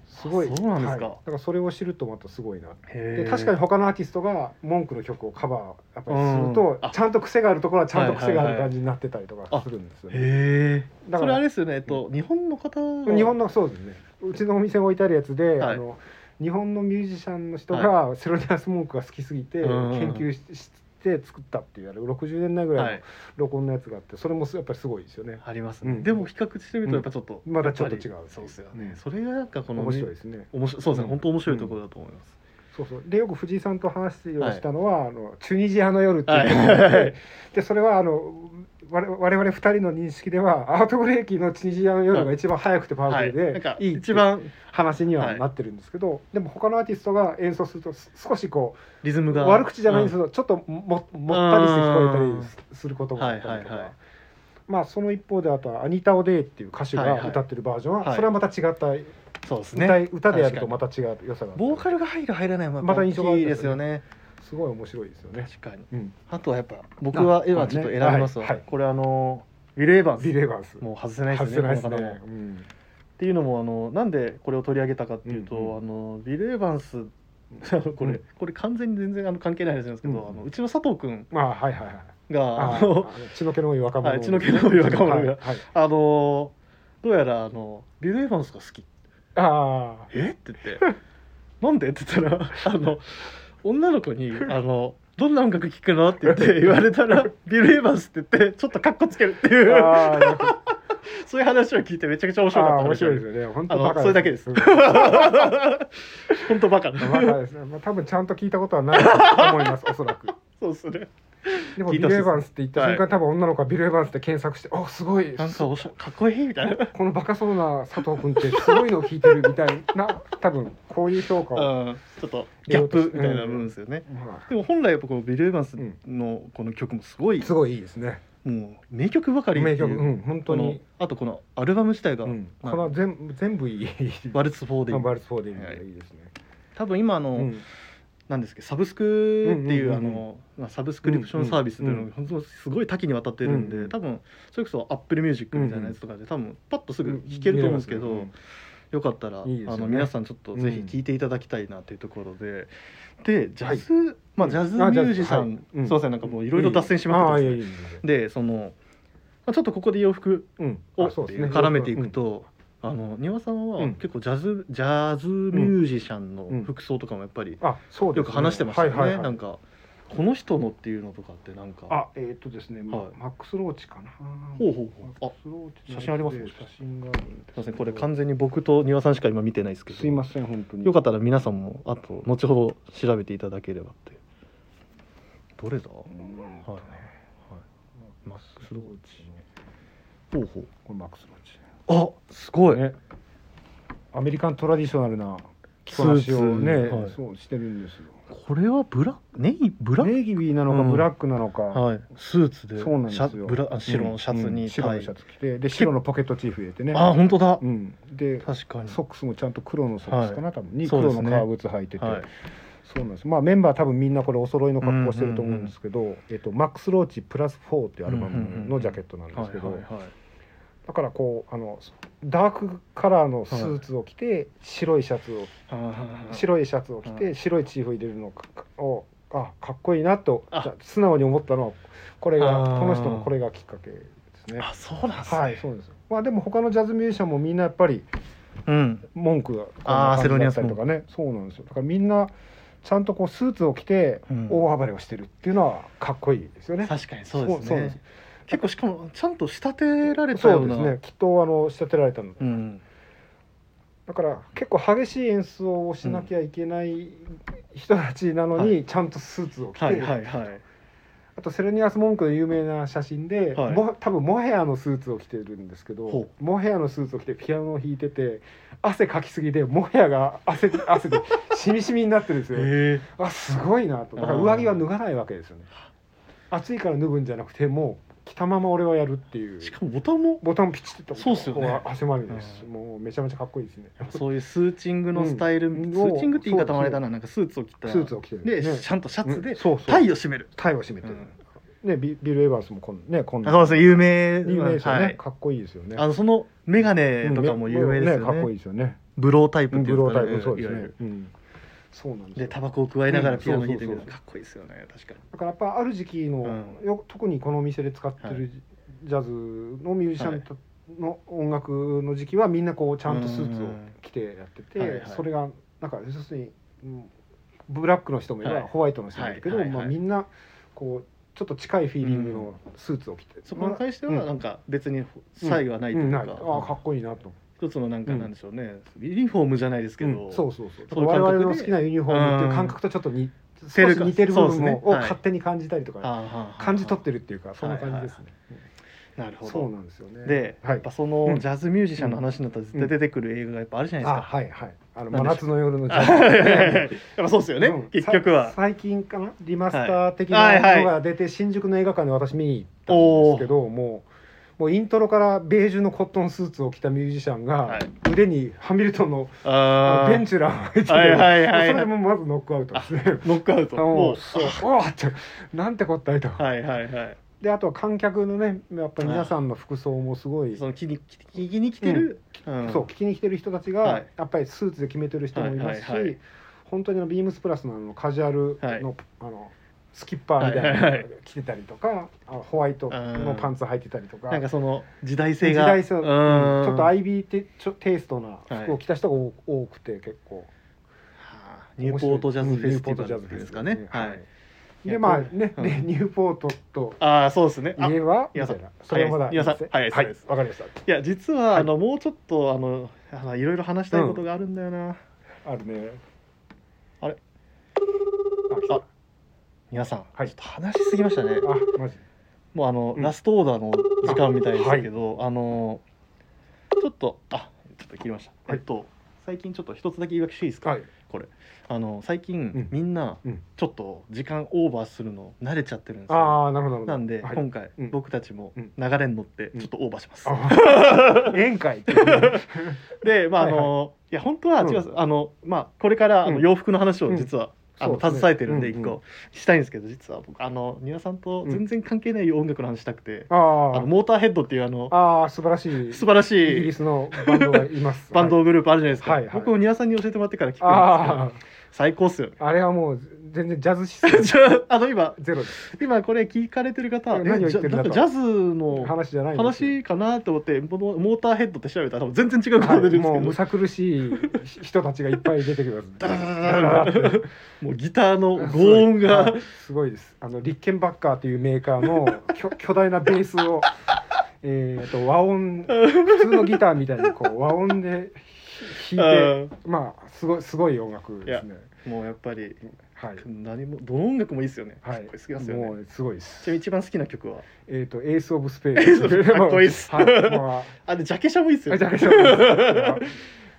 Speaker 2: すごい
Speaker 1: そうなんですか
Speaker 2: はいだからそれを知るとまたすごいな
Speaker 1: へ
Speaker 2: で
Speaker 1: ー
Speaker 2: 確かに他のアーティストが文句の曲をカバーやっぱりする
Speaker 1: うん
Speaker 2: と
Speaker 1: あ
Speaker 2: ちゃんと癖があるところはちゃんと
Speaker 1: は
Speaker 2: 癖
Speaker 1: いは
Speaker 2: が
Speaker 1: いはい
Speaker 2: ある感じになってたりとかするんですよね。
Speaker 1: へえ
Speaker 2: だ
Speaker 1: そ
Speaker 2: か
Speaker 1: れあ
Speaker 2: ら
Speaker 1: れですよねえっと日本の方
Speaker 2: 日本
Speaker 1: の
Speaker 2: のそうですねうちのお店に置いてあるやつで、
Speaker 1: はい
Speaker 2: あの日本のミュージシャンの人がセロニアス・モンクが好きすぎて
Speaker 1: う
Speaker 2: 研
Speaker 1: ん
Speaker 2: 究しして作ったっていうあれ60年代ぐ
Speaker 1: は
Speaker 2: らい
Speaker 1: い
Speaker 2: の録音のやつがあってそれもすやっぱりすごいですよね。
Speaker 1: ありますね
Speaker 2: うん
Speaker 1: でも比較してみるとやっぱちょっと
Speaker 2: まだちょっと違う
Speaker 1: やぱりそうですよ
Speaker 2: う
Speaker 1: ね
Speaker 2: ん
Speaker 1: それがなんかこのね
Speaker 2: 面白いですね。
Speaker 1: 面白そうです
Speaker 2: う
Speaker 1: ね
Speaker 2: ん
Speaker 1: 本当面白いところだと思います
Speaker 2: そうそうでよく藤井さんと話をしたのは、あのチュニジアの夜っていうのがあって、
Speaker 1: はい
Speaker 2: でそれはあの我々我々二人の認識ではアートブレイキのチュニジアの夜が一番早くてパワフルで、
Speaker 1: はい
Speaker 2: い、
Speaker 1: なんか
Speaker 2: って
Speaker 1: 一番
Speaker 2: 話に
Speaker 1: は
Speaker 2: はいなってるんですけど、でも他のアーティストが演奏するとす少しこ
Speaker 1: リズム
Speaker 2: う
Speaker 1: が
Speaker 2: 悪口じゃないんです
Speaker 1: う
Speaker 2: けど、ちょっとももったりして聞こえたりすることもあったりとか。
Speaker 1: はいはいはい
Speaker 2: まあその一方であとは「アニタ・オデイ」っていう歌手
Speaker 1: はいはい
Speaker 2: が歌ってるバージョンは、
Speaker 1: はい
Speaker 2: それはまた違った、
Speaker 1: んそうです
Speaker 2: 歌い
Speaker 1: ね
Speaker 2: 歌でやるとまた違う良さがあって
Speaker 1: ボーカルが入る入らないも
Speaker 2: また印象があ
Speaker 1: い
Speaker 2: り
Speaker 1: いで
Speaker 2: ますす
Speaker 1: よ
Speaker 2: よ
Speaker 1: ね
Speaker 2: すごい面白いですよね。
Speaker 1: 確かに
Speaker 2: うん、
Speaker 1: あとはやっぱ僕は絵はちょっと選びます
Speaker 2: はい
Speaker 1: わ
Speaker 2: はい
Speaker 1: これあのウィル・エヴァンス
Speaker 2: ビレバース。
Speaker 1: もう外せないです
Speaker 2: 外
Speaker 1: ね
Speaker 2: せないです
Speaker 1: この
Speaker 2: ね
Speaker 1: 方も。
Speaker 2: うん
Speaker 1: っていうのもあのなんでこれを取り上げたかっていうと、
Speaker 2: うんうん
Speaker 1: あのビル・エヴァンスあのこれ、
Speaker 2: うん
Speaker 1: これ完全に全然あの関係ない話なんですけど、
Speaker 2: うん
Speaker 1: あのうちの佐藤くん
Speaker 2: まあはいはいはい。
Speaker 1: があの
Speaker 2: あ血の気の多い若者。
Speaker 1: はい血の気の多い若者が
Speaker 2: はいはい
Speaker 1: あのどうやらあのビル・エヴァンスが好き
Speaker 2: ああ。
Speaker 1: えっ て言って「なんで?」って言ったらあの女の子 に「あのどんな音楽聴くの?」って言って言われたら「ビル・エヴァンス」って言ってちょっとカッコつけるっていう
Speaker 2: あーなんか
Speaker 1: そういう話を聞いてめちゃくちゃ面白かった
Speaker 2: あー面
Speaker 1: 話
Speaker 2: 白いですよね。本
Speaker 1: あ
Speaker 2: 当
Speaker 1: の
Speaker 2: バカ
Speaker 1: それだけです
Speaker 2: うん
Speaker 1: 本当バカな
Speaker 2: バカですね。まあ多分ちゃんと聞いたことはないと思い ます。おそらく。
Speaker 1: そうですね
Speaker 2: でも
Speaker 1: 聞いてほしい
Speaker 2: ビ
Speaker 1: です
Speaker 2: レバースって言った瞬
Speaker 1: は
Speaker 2: 間多分女の子はビレバースって検索して、おすごい。
Speaker 1: なんかおしゃかっこいいみたいな
Speaker 2: このバカそうな佐藤君ってすごいのを聞いてるみたい な多分こういう評価を。
Speaker 1: うんちょっとギャップみたいな部分ですよね、
Speaker 2: ま
Speaker 1: でも本来やっぱこのビル・エヴァンスのこの曲もすごい
Speaker 2: あ、すごいいいですね。
Speaker 1: もう名曲ばかりってい
Speaker 2: 名
Speaker 1: う
Speaker 2: 曲、うん、本当
Speaker 1: この
Speaker 2: に。
Speaker 1: あとこのアルバム自体が、
Speaker 2: うん、
Speaker 1: まあ
Speaker 2: この全全部いい。
Speaker 1: バルツ4で
Speaker 2: あバルスフォーディング
Speaker 1: はい
Speaker 2: いいですね。
Speaker 1: 多分今あの、
Speaker 2: うん
Speaker 1: なんですけどサブスクっていう,、
Speaker 2: うんうんうんうん
Speaker 1: あのまあサブスクリプションサービスっていうのが本当すごい多岐にわたってるんで、
Speaker 2: うんうん
Speaker 1: 多分それこそアップルミュージックみたいなやつとかで多分パッとすぐ弾けると思うんですけど、
Speaker 2: うん
Speaker 1: よかったら
Speaker 2: いいですよ
Speaker 1: あ
Speaker 2: ね
Speaker 1: の皆さんちょっとぜひ
Speaker 2: うん
Speaker 1: 聞いていただきたいなというところで、でジャズ、まあ
Speaker 2: うん
Speaker 1: ジャズミ
Speaker 2: あジャ
Speaker 1: ュ
Speaker 2: ズ
Speaker 1: ージシャ
Speaker 2: はい
Speaker 1: ン、
Speaker 2: うん
Speaker 1: すいませんなんかもういろいろ脱線しまくって
Speaker 2: い
Speaker 1: ます
Speaker 2: いい
Speaker 1: ね
Speaker 2: いいいいい
Speaker 1: でそのまあちょっとここで洋服
Speaker 2: うん
Speaker 1: を
Speaker 2: あそうですね
Speaker 1: 絡めていくと、あの庭さんは
Speaker 2: うん
Speaker 1: 結構ジャズジャズミュージシャン
Speaker 2: う
Speaker 1: の
Speaker 2: ん
Speaker 1: 服装とかもやっぱり
Speaker 2: あそうです
Speaker 1: よく話してましたよね、
Speaker 2: はいはいはい
Speaker 1: なんかこの人のっていうのとかってなんか
Speaker 2: あえーっとですね、ま
Speaker 1: はい
Speaker 2: マックスローチかな
Speaker 1: ほうほう
Speaker 2: マ
Speaker 1: ほう
Speaker 2: ックスローチの
Speaker 1: 写真あります
Speaker 2: 写真があるんですす
Speaker 1: いませんこれ完全に僕と庭さんしか今見てないですけど
Speaker 2: すいません本当に
Speaker 1: よかったら皆さんもあと後ほど調べていただければってどれだは
Speaker 2: うん
Speaker 1: いはい
Speaker 2: マックスローチ
Speaker 1: ほうほう
Speaker 2: これマックスローチ
Speaker 1: あすごい、
Speaker 2: ねアメリカントラディショナルな着
Speaker 1: ス
Speaker 2: こな
Speaker 1: ー
Speaker 2: し
Speaker 1: ツ
Speaker 2: をね、
Speaker 1: はい
Speaker 2: そうしてるんですよ
Speaker 1: これはブラックネイブラッ
Speaker 2: ネギビーなのか
Speaker 1: うん
Speaker 2: ブラックなのか、
Speaker 1: クはいスーツで
Speaker 2: そうなんですよ
Speaker 1: シャブラあ白のシャツ
Speaker 2: うんうん
Speaker 1: に
Speaker 2: 白
Speaker 1: タ
Speaker 2: の
Speaker 1: イ
Speaker 2: シャツ着てで白のポケットチーフ入れてね
Speaker 1: あ本当だ、
Speaker 2: うん、で
Speaker 1: 確かに
Speaker 2: ソックスもちゃんと黒のソックスかな、多分に
Speaker 1: そうで
Speaker 2: 黒
Speaker 1: すね
Speaker 2: の革靴履いてて、
Speaker 1: はい
Speaker 2: そうなんですまあメンバー多分みんなこれお揃いの格好してると思うんですけど、えっと、マックス・ローチプラス4っていうアルバ
Speaker 1: うんうんう
Speaker 2: ム
Speaker 1: んうん
Speaker 2: のジャケットなんですけ
Speaker 1: は
Speaker 2: ど、
Speaker 1: いはいはい
Speaker 2: だからこうあのダークカラーのスーツを着て、白いシャツを
Speaker 1: あー
Speaker 2: 白いシャツを着
Speaker 1: は
Speaker 2: て白いチーフ入れるのかをあかっこいいなと
Speaker 1: あ
Speaker 2: じゃあ素直に思ったのはこれが
Speaker 1: あー
Speaker 2: この人のこれがきっかけですね。
Speaker 1: あそうなんですね、
Speaker 2: はい、そうです。まあでも他のジャズミュージシャンもみんなやっぱり
Speaker 1: うん
Speaker 2: 文句が
Speaker 1: あーセロニアス
Speaker 2: とかねそうなんですよだからみんなちゃんとこうスーツを着て
Speaker 1: うん
Speaker 2: 大暴れをしてるっていうのはかっこいいですよね、
Speaker 1: 確かにそうです
Speaker 2: そうそう
Speaker 1: ね
Speaker 2: です
Speaker 1: 結構しかもちゃんと仕立てられた
Speaker 2: そ
Speaker 1: よう
Speaker 2: うで
Speaker 1: な
Speaker 2: すねきっとあの仕立てられたの
Speaker 1: うん
Speaker 2: だから結構激しい演奏をしなきゃいけない人たちなのに、
Speaker 1: は
Speaker 2: ちゃんとスーツを着て、
Speaker 1: はいはいはい
Speaker 2: あととセルニアス・モンクの有名な写真で、
Speaker 1: はい
Speaker 2: も多分モヘアのスーツを着てるんですけど
Speaker 1: ほ
Speaker 2: モヘアのスーツを着てピアノを弾いてて汗かきすぎでモヘアが汗汗でしみしみになってるんですよ。
Speaker 1: え
Speaker 2: あすごいなとだから
Speaker 1: あー
Speaker 2: 上着は脱がないわけですよね。暑いから脱ぐんじゃなくてもう着たまま俺はやるっていう
Speaker 1: えしかもボタンも
Speaker 2: ボタンピチッと
Speaker 1: そうっすよね
Speaker 2: ここは汗まみれです、もうめちゃめちゃかっこいいですね。
Speaker 1: そういうスーチングのスタイル、
Speaker 2: うん
Speaker 1: スーチングって言い方もあれだななんかスーツを着た
Speaker 2: スーツを着てる
Speaker 1: で、
Speaker 2: ね
Speaker 1: ちゃんとシャツ
Speaker 2: う
Speaker 1: で
Speaker 2: んそうそう
Speaker 1: タイを締める
Speaker 2: タイを締めてる、
Speaker 1: うん
Speaker 2: ねビビル・エヴァンスもこんねこんな
Speaker 1: 中村さん有名
Speaker 2: 有名ですよね、
Speaker 1: はい
Speaker 2: かっこいいですよね
Speaker 1: あのその眼鏡とかも有名ですよね,、
Speaker 2: かっこいいですよね
Speaker 1: ブロータイプってい
Speaker 2: ブ
Speaker 1: う
Speaker 2: ロ
Speaker 1: ん
Speaker 2: ー
Speaker 1: です
Speaker 2: タ
Speaker 1: か
Speaker 2: イプそうです
Speaker 1: いわゆ
Speaker 2: ね
Speaker 1: る、
Speaker 2: うん、そうなんです
Speaker 1: で
Speaker 2: よ
Speaker 1: タバコを加えながらピアノ弾いてる
Speaker 2: うんそうそうそう
Speaker 1: かっこいいですよね確かに
Speaker 2: だからやっぱある時期の、
Speaker 1: うん
Speaker 2: よ特にこのお店で使って
Speaker 1: はい
Speaker 2: るジャズのミュージシャンとの音楽の時期はみんなこうちゃんとスーツを着てやって
Speaker 1: う
Speaker 2: て、
Speaker 1: んはいはい
Speaker 2: それがなんか要するにうんブラックの人もいれば
Speaker 1: はい
Speaker 2: ホワイトの人もいるけど、
Speaker 1: はいはいはい
Speaker 2: まあ、みんなこうちょっと近いフィーリングのスーツを着て、
Speaker 1: そこに関しては
Speaker 2: うん
Speaker 1: なんか別に差異はないというか、
Speaker 2: うんないああかっこいいなと、
Speaker 1: 一つのなんかなんでしょうね、ユニフォームじゃないですけど、
Speaker 2: うんそうそうそう
Speaker 1: そういう
Speaker 2: 我
Speaker 1: 感覚で
Speaker 2: 々の好きなユニフォームっていう感覚とちょっと似
Speaker 1: て
Speaker 2: 少
Speaker 1: る
Speaker 2: し
Speaker 1: か
Speaker 2: 似てる部
Speaker 1: そう
Speaker 2: 分
Speaker 1: ですね
Speaker 2: を
Speaker 1: はい
Speaker 2: 勝手に感じたりとか、
Speaker 1: あーはーはーはー
Speaker 2: 感じ取ってるっていうかそんな感じですね、
Speaker 1: なるほ
Speaker 2: そう
Speaker 1: ど
Speaker 2: なんですよね
Speaker 1: で、
Speaker 2: はい
Speaker 1: やっぱそうの
Speaker 2: ん
Speaker 1: ジャズミュージシャンの話になったら絶対出てくる映画がやっぱあるじゃない
Speaker 2: あ
Speaker 1: ですか。
Speaker 2: はいはいあの
Speaker 1: なん
Speaker 2: 真
Speaker 1: でしょ
Speaker 2: 夏の夜のジ
Speaker 1: や
Speaker 2: ャ
Speaker 1: っ
Speaker 2: ズ
Speaker 1: ぱ そうですよね、
Speaker 2: うん
Speaker 1: 結局は
Speaker 2: さ。最近かなリマスター的
Speaker 1: は
Speaker 2: ない
Speaker 1: はい
Speaker 2: のが出て新宿の映画館で私見に行ったんですけどもうもうイントロからベージュのコットンスーツを着たミュージシャン
Speaker 1: は
Speaker 2: が
Speaker 1: い
Speaker 2: 腕にハミルトンの
Speaker 1: あ
Speaker 2: ベン
Speaker 1: ー
Speaker 2: チュラーを履いてて
Speaker 1: はいはいはいはい
Speaker 2: それでもうまずノックアウトですね
Speaker 1: ノックアウト。
Speaker 2: も
Speaker 1: も
Speaker 2: うそうおーって なんてこったいと、
Speaker 1: うはいはいはい。
Speaker 2: であとは観客のねやっぱり皆さんの服装もすごい、
Speaker 1: その気に聞きに来てる、うん
Speaker 2: そう聞きに来てる人たちが、
Speaker 1: はい
Speaker 2: やっぱりスーツで決めてる人もいますし、
Speaker 1: はいはいはい
Speaker 2: 本当にあのビームスプラスのあのカジュアルの,、あのスキッパーみたいな
Speaker 1: はいはい
Speaker 2: の
Speaker 1: は
Speaker 2: が着てたりとか、あのホワイト
Speaker 1: う
Speaker 2: の
Speaker 1: ん
Speaker 2: パンツ履いてたりとか
Speaker 1: なんかその時代性
Speaker 2: 時
Speaker 1: が。
Speaker 2: 代性、
Speaker 1: うん
Speaker 2: うんちょっとアイビーテちょテイストな服を着た人が多多くて結構
Speaker 1: はあニューポートジャズフェスティバルですか
Speaker 2: ニュ
Speaker 1: ね。
Speaker 2: ーポートジャズフェスティバルですね
Speaker 1: は。
Speaker 2: はいいでまあね、
Speaker 1: うん
Speaker 2: でニューポートと
Speaker 1: ああ、そうですね。あ
Speaker 2: 家は
Speaker 1: 皆さん
Speaker 2: みたいなそれはまだ
Speaker 1: 皆さん
Speaker 2: はい
Speaker 1: は
Speaker 2: はいい
Speaker 1: そうです
Speaker 2: わかりました
Speaker 1: いや実はあのもうちょっとあのあのいろいろ話したいことがあるんだよな、
Speaker 2: あるね
Speaker 1: あれ
Speaker 2: あ来た
Speaker 1: あ皆さん、
Speaker 2: はい
Speaker 1: ちょっと話しすぎましたね
Speaker 2: あマジ
Speaker 1: もうあの、
Speaker 2: うん
Speaker 1: ラストオーダーの時間みたいですけどあ,、のちょっとあちょっと切りました、
Speaker 2: はい
Speaker 1: えっと最近ちょっと一つだけ言い訳していいですか、
Speaker 2: はい
Speaker 1: これあの最近、
Speaker 2: うん
Speaker 1: みんな
Speaker 2: うん
Speaker 1: ちょっと時間オーバーするの慣れちゃってるんですよ
Speaker 2: ああなるほどなるほど
Speaker 1: なんで、
Speaker 2: はい
Speaker 1: 今回、
Speaker 2: うん
Speaker 1: 僕たちも
Speaker 2: うん
Speaker 1: 流れに乗って
Speaker 2: うん
Speaker 1: ちょっとオーバーします、
Speaker 2: あ宴会っていうね
Speaker 1: でまああ
Speaker 2: はい
Speaker 1: の、
Speaker 2: はい
Speaker 1: いや本当は違
Speaker 2: うん
Speaker 1: うんです、あのまあこれからあの
Speaker 2: うん
Speaker 1: 洋服の話
Speaker 2: う
Speaker 1: を
Speaker 2: ん
Speaker 1: 実は、あ
Speaker 2: そう
Speaker 1: の
Speaker 2: ですね
Speaker 1: 携えてるんで
Speaker 2: うん
Speaker 1: 一個したいんですけど、実は僕あの皆さんと全然関係ない音楽の話したくて、
Speaker 2: あ
Speaker 1: あの
Speaker 2: ー
Speaker 1: モーターヘッドっていうあの
Speaker 2: あー素晴らしい
Speaker 1: 素晴らし
Speaker 2: イギリ
Speaker 1: い
Speaker 2: スのバンドがいます
Speaker 1: バンドグループあるじゃないですか、
Speaker 2: はいはい
Speaker 1: 僕も庭さんに教えてもらってから聞くん
Speaker 2: あ
Speaker 1: ですけど最高っすよね
Speaker 2: ああれはもう全然ジャズ指数
Speaker 1: ちょあの今
Speaker 2: ゼロです
Speaker 1: 今これ聞かれてる方
Speaker 2: 何を言ってるんだと
Speaker 1: えじゃなんかジャズの
Speaker 2: 話じゃないんですよ
Speaker 1: 話かなと思ってモーモーターヘッドって調べたら多分全然違うこと
Speaker 2: は
Speaker 1: が出て
Speaker 2: い
Speaker 1: るんです
Speaker 2: も
Speaker 1: け
Speaker 2: う
Speaker 1: ど、
Speaker 2: むさ苦しい人たちがいっぱい出てきます
Speaker 1: ダラダラ
Speaker 2: ダラダラって
Speaker 1: もうギターの轟音が
Speaker 2: はいすごいですあのリッケンバッカーというメーカーの巨巨大なベースをえーと和音普通のギターみたいにこう和音でひ弾い
Speaker 1: あ
Speaker 2: てまあすごいすごい音楽ですね
Speaker 1: ーもうやっぱり
Speaker 2: はい、
Speaker 1: 何もどの音楽もいいですよね、
Speaker 2: は
Speaker 1: かっ
Speaker 2: い
Speaker 1: こよすぎますよ
Speaker 2: も
Speaker 1: ね
Speaker 2: うすごいで
Speaker 1: ちなみに一
Speaker 2: す
Speaker 1: 番好きな曲は
Speaker 2: えっ、とエースオブスペー
Speaker 1: エースオ
Speaker 2: ス
Speaker 1: ブかっこいいっす
Speaker 2: はいま
Speaker 1: あでジャケシャもいいです
Speaker 2: あ
Speaker 1: よ
Speaker 2: あ
Speaker 1: ね
Speaker 2: じゃあじゃ
Speaker 1: い
Speaker 2: あ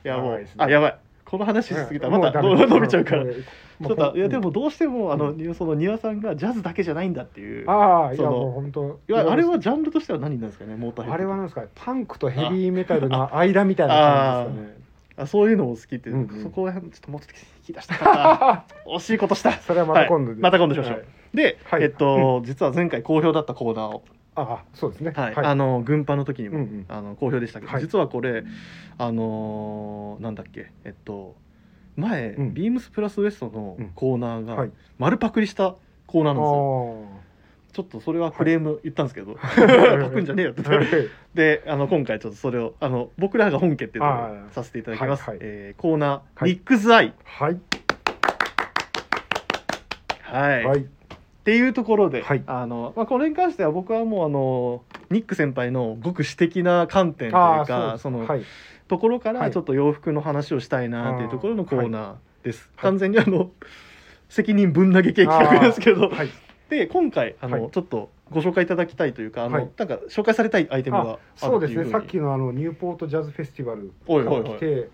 Speaker 1: やも
Speaker 2: やば
Speaker 1: う
Speaker 2: いですね
Speaker 1: あやばいこの話しすぎたまた
Speaker 2: もうダメ
Speaker 1: 伸びちゃうから
Speaker 2: も
Speaker 1: ち
Speaker 2: も
Speaker 1: ょっといやで
Speaker 2: う
Speaker 1: も
Speaker 2: ん
Speaker 1: どうしてもあの
Speaker 2: う
Speaker 1: その庭さんがジャズだけじゃないんだっていう
Speaker 2: ああい
Speaker 1: そ
Speaker 2: や
Speaker 1: の
Speaker 2: もう本当
Speaker 1: いわあれはジャンルとしては何なんですかねモーターヘッド
Speaker 2: あれはなんですかねパンクとヘビーメタルの間みたいな感じですかね
Speaker 1: あそういうのも好きって、
Speaker 2: うんうん
Speaker 1: そこら辺ちょっともうちょっと聞き出したかった 惜しいことした
Speaker 2: それはまた今度で、
Speaker 1: はいまた今度しましょう
Speaker 2: はい
Speaker 1: で、
Speaker 2: はい
Speaker 1: えっと、実は前回好評だったコーナーを、
Speaker 2: ああそうですね
Speaker 1: はいあの軍パの時にも、
Speaker 2: うんうん
Speaker 1: あの好評でしたけど、
Speaker 2: はい
Speaker 1: 実はこれあのーなんだっけえっと前、
Speaker 2: うん
Speaker 1: ビームスプラスウエストのコーナー
Speaker 2: は
Speaker 1: が
Speaker 2: い
Speaker 1: 丸パクリしたコーナー
Speaker 2: あ
Speaker 1: なんですよ、
Speaker 2: ー
Speaker 1: ちょっとそれはクレーム言ったんですけど、
Speaker 2: い
Speaker 1: パクんじゃねえよって
Speaker 2: はい
Speaker 1: であの今回ちょっとそれをあの僕らが本家っていうところにさせていただきます、
Speaker 2: はいはい
Speaker 1: えーコーナー「
Speaker 2: はい
Speaker 1: ニックスアイ」
Speaker 2: はい
Speaker 1: はい
Speaker 2: は
Speaker 1: っ
Speaker 2: い
Speaker 1: ていうところで、
Speaker 2: はい
Speaker 1: あのまあ、これに関しては僕はもうあのニック先輩のごく私的な観点と
Speaker 2: あ
Speaker 1: い
Speaker 2: あ
Speaker 1: うか
Speaker 2: そ
Speaker 1: そ
Speaker 2: う
Speaker 1: の、
Speaker 2: はい
Speaker 1: ところか
Speaker 2: は
Speaker 1: ら
Speaker 2: い
Speaker 1: ちょっと洋服の話をしたいなっていうところのコーナーです、
Speaker 2: はい
Speaker 1: 完全にあの責任ぶん投げ系企画ですけど、
Speaker 2: はい
Speaker 1: で今回あの、
Speaker 2: はい
Speaker 1: ちょっとご紹介いただきたいというかあの、
Speaker 2: はい
Speaker 1: なんか紹介されたいアイテムがあ
Speaker 2: そう
Speaker 1: るっ
Speaker 2: で
Speaker 1: ていう
Speaker 2: す
Speaker 1: ふう
Speaker 2: ね
Speaker 1: に
Speaker 2: さっきのあのニューポートジャズフェスティバル
Speaker 1: おい
Speaker 2: か
Speaker 1: おい
Speaker 2: ら
Speaker 1: おい
Speaker 2: 来て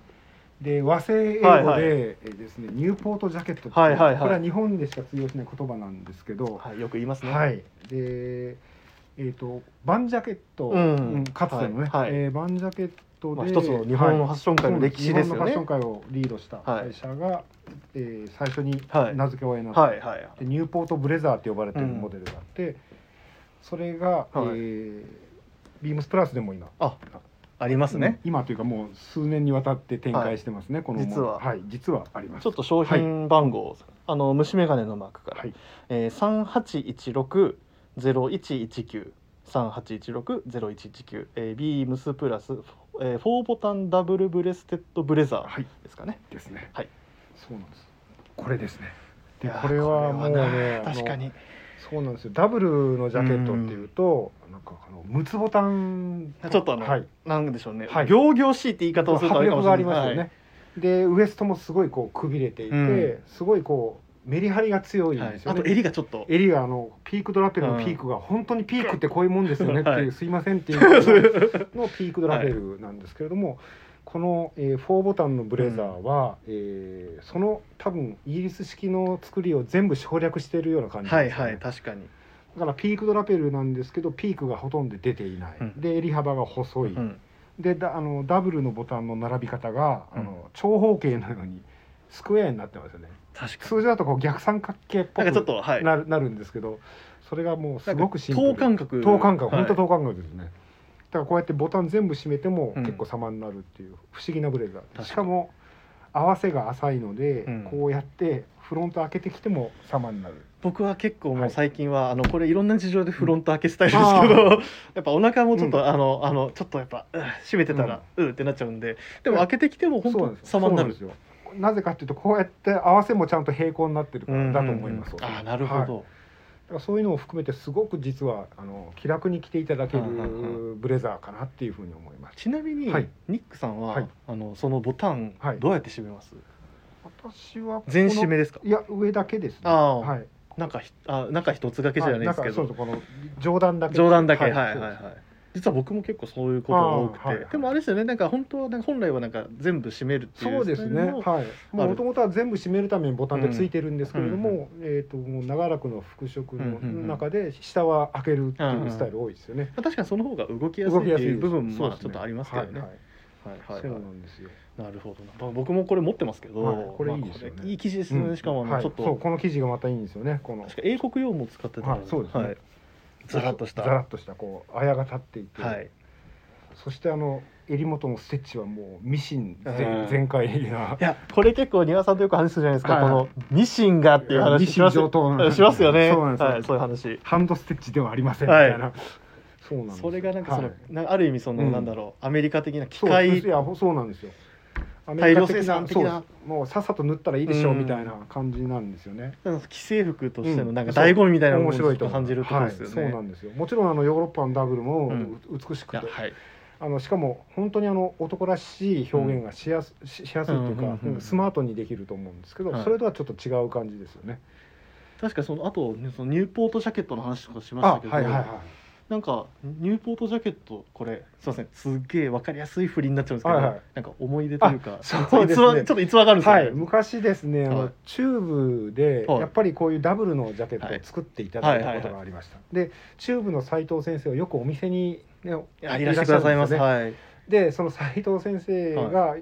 Speaker 2: で和製英語で、
Speaker 1: はいはい
Speaker 2: えーですねニューポートジャケットって、
Speaker 1: はいはいはい
Speaker 2: これは日本でしか通用しない言葉なんですけど、
Speaker 1: はい、よく言いますね、
Speaker 2: はい、で、えー、とバンジャケット、
Speaker 1: うん
Speaker 2: うんかつてのね、
Speaker 1: はいはい
Speaker 2: えーバンジャケットで、
Speaker 1: まあ、一つの日本のフ
Speaker 2: はい
Speaker 1: ァッション界の歴史ですよね、
Speaker 2: 日本のファッション界をリードした
Speaker 1: はい
Speaker 2: 会社が、えー最初に
Speaker 1: はい
Speaker 2: 名付け親になった、
Speaker 1: はいはい
Speaker 2: でニューポートブレザーって呼ばれてるモデルがあって、それが、えービームスプラスでも今
Speaker 1: あありますね、
Speaker 2: うん今というかもう数年にわたって展開してますね、このも
Speaker 1: 実は
Speaker 2: はい実はあります
Speaker 1: ちょっと商品番号、あの虫眼鏡のマークから、
Speaker 2: はい
Speaker 1: えー、3816-0119 3816-0119えー、ビームスプラス、えー、フォーボタンダブルブレステッドブレザ
Speaker 2: はい
Speaker 1: ーですかね。
Speaker 2: ですね
Speaker 1: はい
Speaker 2: そうなんですこれですねで
Speaker 1: いやー
Speaker 2: これはもう
Speaker 1: これは
Speaker 2: ね
Speaker 1: な
Speaker 2: あの
Speaker 1: 確かに
Speaker 2: そうなんですよダブルのジャケットっていうとなんかあの6つボタン
Speaker 1: ちょっとあの、
Speaker 2: はい、
Speaker 1: なんでしょうね、
Speaker 2: はい
Speaker 1: 行々しいって言い方をするとあ
Speaker 2: 迫
Speaker 1: れかも
Speaker 2: 力
Speaker 1: し
Speaker 2: があ
Speaker 1: れ
Speaker 2: り
Speaker 1: ない
Speaker 2: ますよね、でウエストもすごいこうくびれていて、
Speaker 1: うん
Speaker 2: すごいこうメリハリが強いん
Speaker 1: はいは
Speaker 2: で
Speaker 1: い
Speaker 2: すよ
Speaker 1: あ
Speaker 2: ね、
Speaker 1: と襟がちょっと
Speaker 2: 襟はあのピークドラペルのピークが本当にピークってこういうもんですよねっていう、
Speaker 1: はい
Speaker 2: すいませんっていう のピークドラペルなんですけれども、この、えー、4ボタンのブレザーは、えーその多分イギリス式の作りを全部省略しているような感じ
Speaker 1: はい
Speaker 2: ですよね
Speaker 1: はい確かに、
Speaker 2: だからピークドラペルなんですけどピークがほとんど出ていない、
Speaker 1: うん
Speaker 2: で襟幅が細い、
Speaker 1: うん、
Speaker 2: でだあのダブルのボタンの並び方が、あ
Speaker 1: うん
Speaker 2: の長方形のようにスクエアになってますよね
Speaker 1: 確かに
Speaker 2: 通常だとこう逆三角形っぽ
Speaker 1: なん
Speaker 2: く
Speaker 1: かちょっとはい
Speaker 2: なるなるんですけどそれがもうすごくシンプル
Speaker 1: 等間隔
Speaker 2: 等間隔
Speaker 1: はい
Speaker 2: 本当等間隔ですね、だからこうやってボタン全部閉めても
Speaker 1: うん
Speaker 2: 結構様になるっていう不思議なブレザー、
Speaker 1: かに
Speaker 2: しかも合わせが浅いので、
Speaker 1: うん
Speaker 2: こうやってフロント開けてきても様になる
Speaker 1: 僕は結構も
Speaker 2: は
Speaker 1: う
Speaker 2: い
Speaker 1: 最近は、あのこれいろんな事情でフロント開けスタイルで
Speaker 2: うん
Speaker 1: す
Speaker 2: あ
Speaker 1: けど、
Speaker 2: ー
Speaker 1: やっぱお腹もちょっと、
Speaker 2: う
Speaker 1: あのあのちょっとやっぱ、うん閉めてたら、うん、ってなっちゃうんででも開けてきても本
Speaker 2: そう
Speaker 1: 当
Speaker 2: んです
Speaker 1: 様
Speaker 2: よ
Speaker 1: になる
Speaker 2: そうなんですよなぜかっていうとこうやって合わせもちゃんと平行になってるからだと思います、
Speaker 1: うんうんうんあーなるほ
Speaker 2: はいだ
Speaker 1: ど、
Speaker 2: からそういうのを含めてすごく実はあの気楽に着ていただけ
Speaker 1: うんうん
Speaker 2: るブレザーかなっていうふうに思います
Speaker 1: ちなみに、
Speaker 2: はい
Speaker 1: ニックさんは、
Speaker 2: はい
Speaker 1: あのそのボタン、
Speaker 2: はい
Speaker 1: どうやって閉めます
Speaker 2: 私はこの
Speaker 1: 全閉めですか
Speaker 2: いや上だけですね
Speaker 1: ああ
Speaker 2: はい
Speaker 1: なんかひあなんか一つだけじゃないですけ
Speaker 2: はいなんかそう
Speaker 1: ど、
Speaker 2: そうこの冗談だけ
Speaker 1: 冗談だけ、はい、はい
Speaker 2: そう
Speaker 1: はい
Speaker 2: です
Speaker 1: 実は僕も結構そういうことが多くて、
Speaker 2: あーはいはい
Speaker 1: でもあれですよねなんか本当はなんか本来はなんか全部閉めるっていう
Speaker 2: そうですね
Speaker 1: スタイルの
Speaker 2: はいも
Speaker 1: ある
Speaker 2: ともとは全部閉めるためにボタンってついてるんですけれども、
Speaker 1: うん
Speaker 2: えっ、ともう長らくの服飾の
Speaker 1: うんうんうん
Speaker 2: 中で下は開けるって
Speaker 1: うんう
Speaker 2: い
Speaker 1: ん
Speaker 2: うスタイル多いですよね、
Speaker 1: まあ確かにその方が動きやすい
Speaker 2: 動
Speaker 1: っ
Speaker 2: き
Speaker 1: て
Speaker 2: やす
Speaker 1: い
Speaker 2: いで
Speaker 1: う
Speaker 2: す
Speaker 1: 部分も
Speaker 2: そう
Speaker 1: ま
Speaker 2: で
Speaker 1: あ
Speaker 2: す
Speaker 1: ちょ
Speaker 2: ね
Speaker 1: っとありますけどね
Speaker 2: はい。は
Speaker 1: は
Speaker 2: い
Speaker 1: いはい
Speaker 2: そう
Speaker 1: は
Speaker 2: なんですよ
Speaker 1: い、なるほどな、まあ、僕もこれ持ってますけど、
Speaker 2: はいこれいいですよね
Speaker 1: まあこれいい生地ですね、
Speaker 2: うん
Speaker 1: しかもあの
Speaker 2: はい
Speaker 1: ちょっと、
Speaker 2: そうこの生地がまたいいんですよねこの
Speaker 1: 確か英国用も使ってたの
Speaker 2: はいそうですね
Speaker 1: はい、ザラッとした
Speaker 2: ザラッとしたこう綾が立っていて、
Speaker 1: はい、
Speaker 2: そしてあの襟元のステッチはもうミシン
Speaker 1: うん
Speaker 2: 全全開ない
Speaker 1: やこれ結構庭さんとよく話するじゃないですか、
Speaker 2: はいはい
Speaker 1: このミシンがっていう話
Speaker 2: ミ
Speaker 1: し
Speaker 2: シン
Speaker 1: ます
Speaker 2: 上等な
Speaker 1: しますよね
Speaker 2: そうなんですよ
Speaker 1: はい、そういう話
Speaker 2: ハンドステッチではありませんみ
Speaker 1: は
Speaker 2: た
Speaker 1: い
Speaker 2: いな、そうなんですよ
Speaker 1: それがなんかその、
Speaker 2: はい
Speaker 1: なある意味その、
Speaker 2: うん
Speaker 1: なんだろうアメリカ的な機
Speaker 2: そう
Speaker 1: 械
Speaker 2: いやそうなんですよアメ
Speaker 1: 大
Speaker 2: リカ
Speaker 1: 量
Speaker 2: 的
Speaker 1: 生
Speaker 2: な
Speaker 1: 産的な
Speaker 2: そうもうさっさと塗ったらいいでしょ
Speaker 1: う
Speaker 2: うんみたいな感じなんですよね、
Speaker 1: なんか既製服として
Speaker 2: う
Speaker 1: の
Speaker 2: ん
Speaker 1: なんか醍醐味みたいなも
Speaker 2: 面
Speaker 1: の
Speaker 2: 白
Speaker 1: を
Speaker 2: いと思う
Speaker 1: 感じるってことですよね、
Speaker 2: はい、そうなんですよもちろんあのヨーロッパのダブルも
Speaker 1: うん
Speaker 2: う美しく
Speaker 1: い
Speaker 2: て、
Speaker 1: やはい
Speaker 2: あのしかも本当にあの男らしい表現がしやす,、ししやすいというか、
Speaker 1: うんうんうんうん
Speaker 2: スマートにできると思うんですけど、
Speaker 1: はい
Speaker 2: それとはちょっと違う感じですよね。
Speaker 1: 確かそのあとねそのニューポートジャケットの話とかしまし
Speaker 2: あ
Speaker 1: た
Speaker 2: は
Speaker 1: け
Speaker 2: い
Speaker 1: ど、
Speaker 2: はいはい
Speaker 1: なんかニューポートジャケットこれすいませんすっげえわかりやすい振りになっちゃうんですけど、
Speaker 2: はいはい
Speaker 1: なんか思い出というか
Speaker 2: あそうですね
Speaker 1: 逸話ちょっと逸話があるんですよ
Speaker 2: は
Speaker 1: ね
Speaker 2: い、昔ですね、あ
Speaker 1: はい
Speaker 2: のチューブで
Speaker 1: はい
Speaker 2: やっぱりこういうダブルのジャケットを作っていただいたことがありました。でチューブの斉藤先生をよくお店に、ね、
Speaker 1: あいらしてくださいます
Speaker 2: らっしゃるんですよね
Speaker 1: はい
Speaker 2: でその斉藤先生が、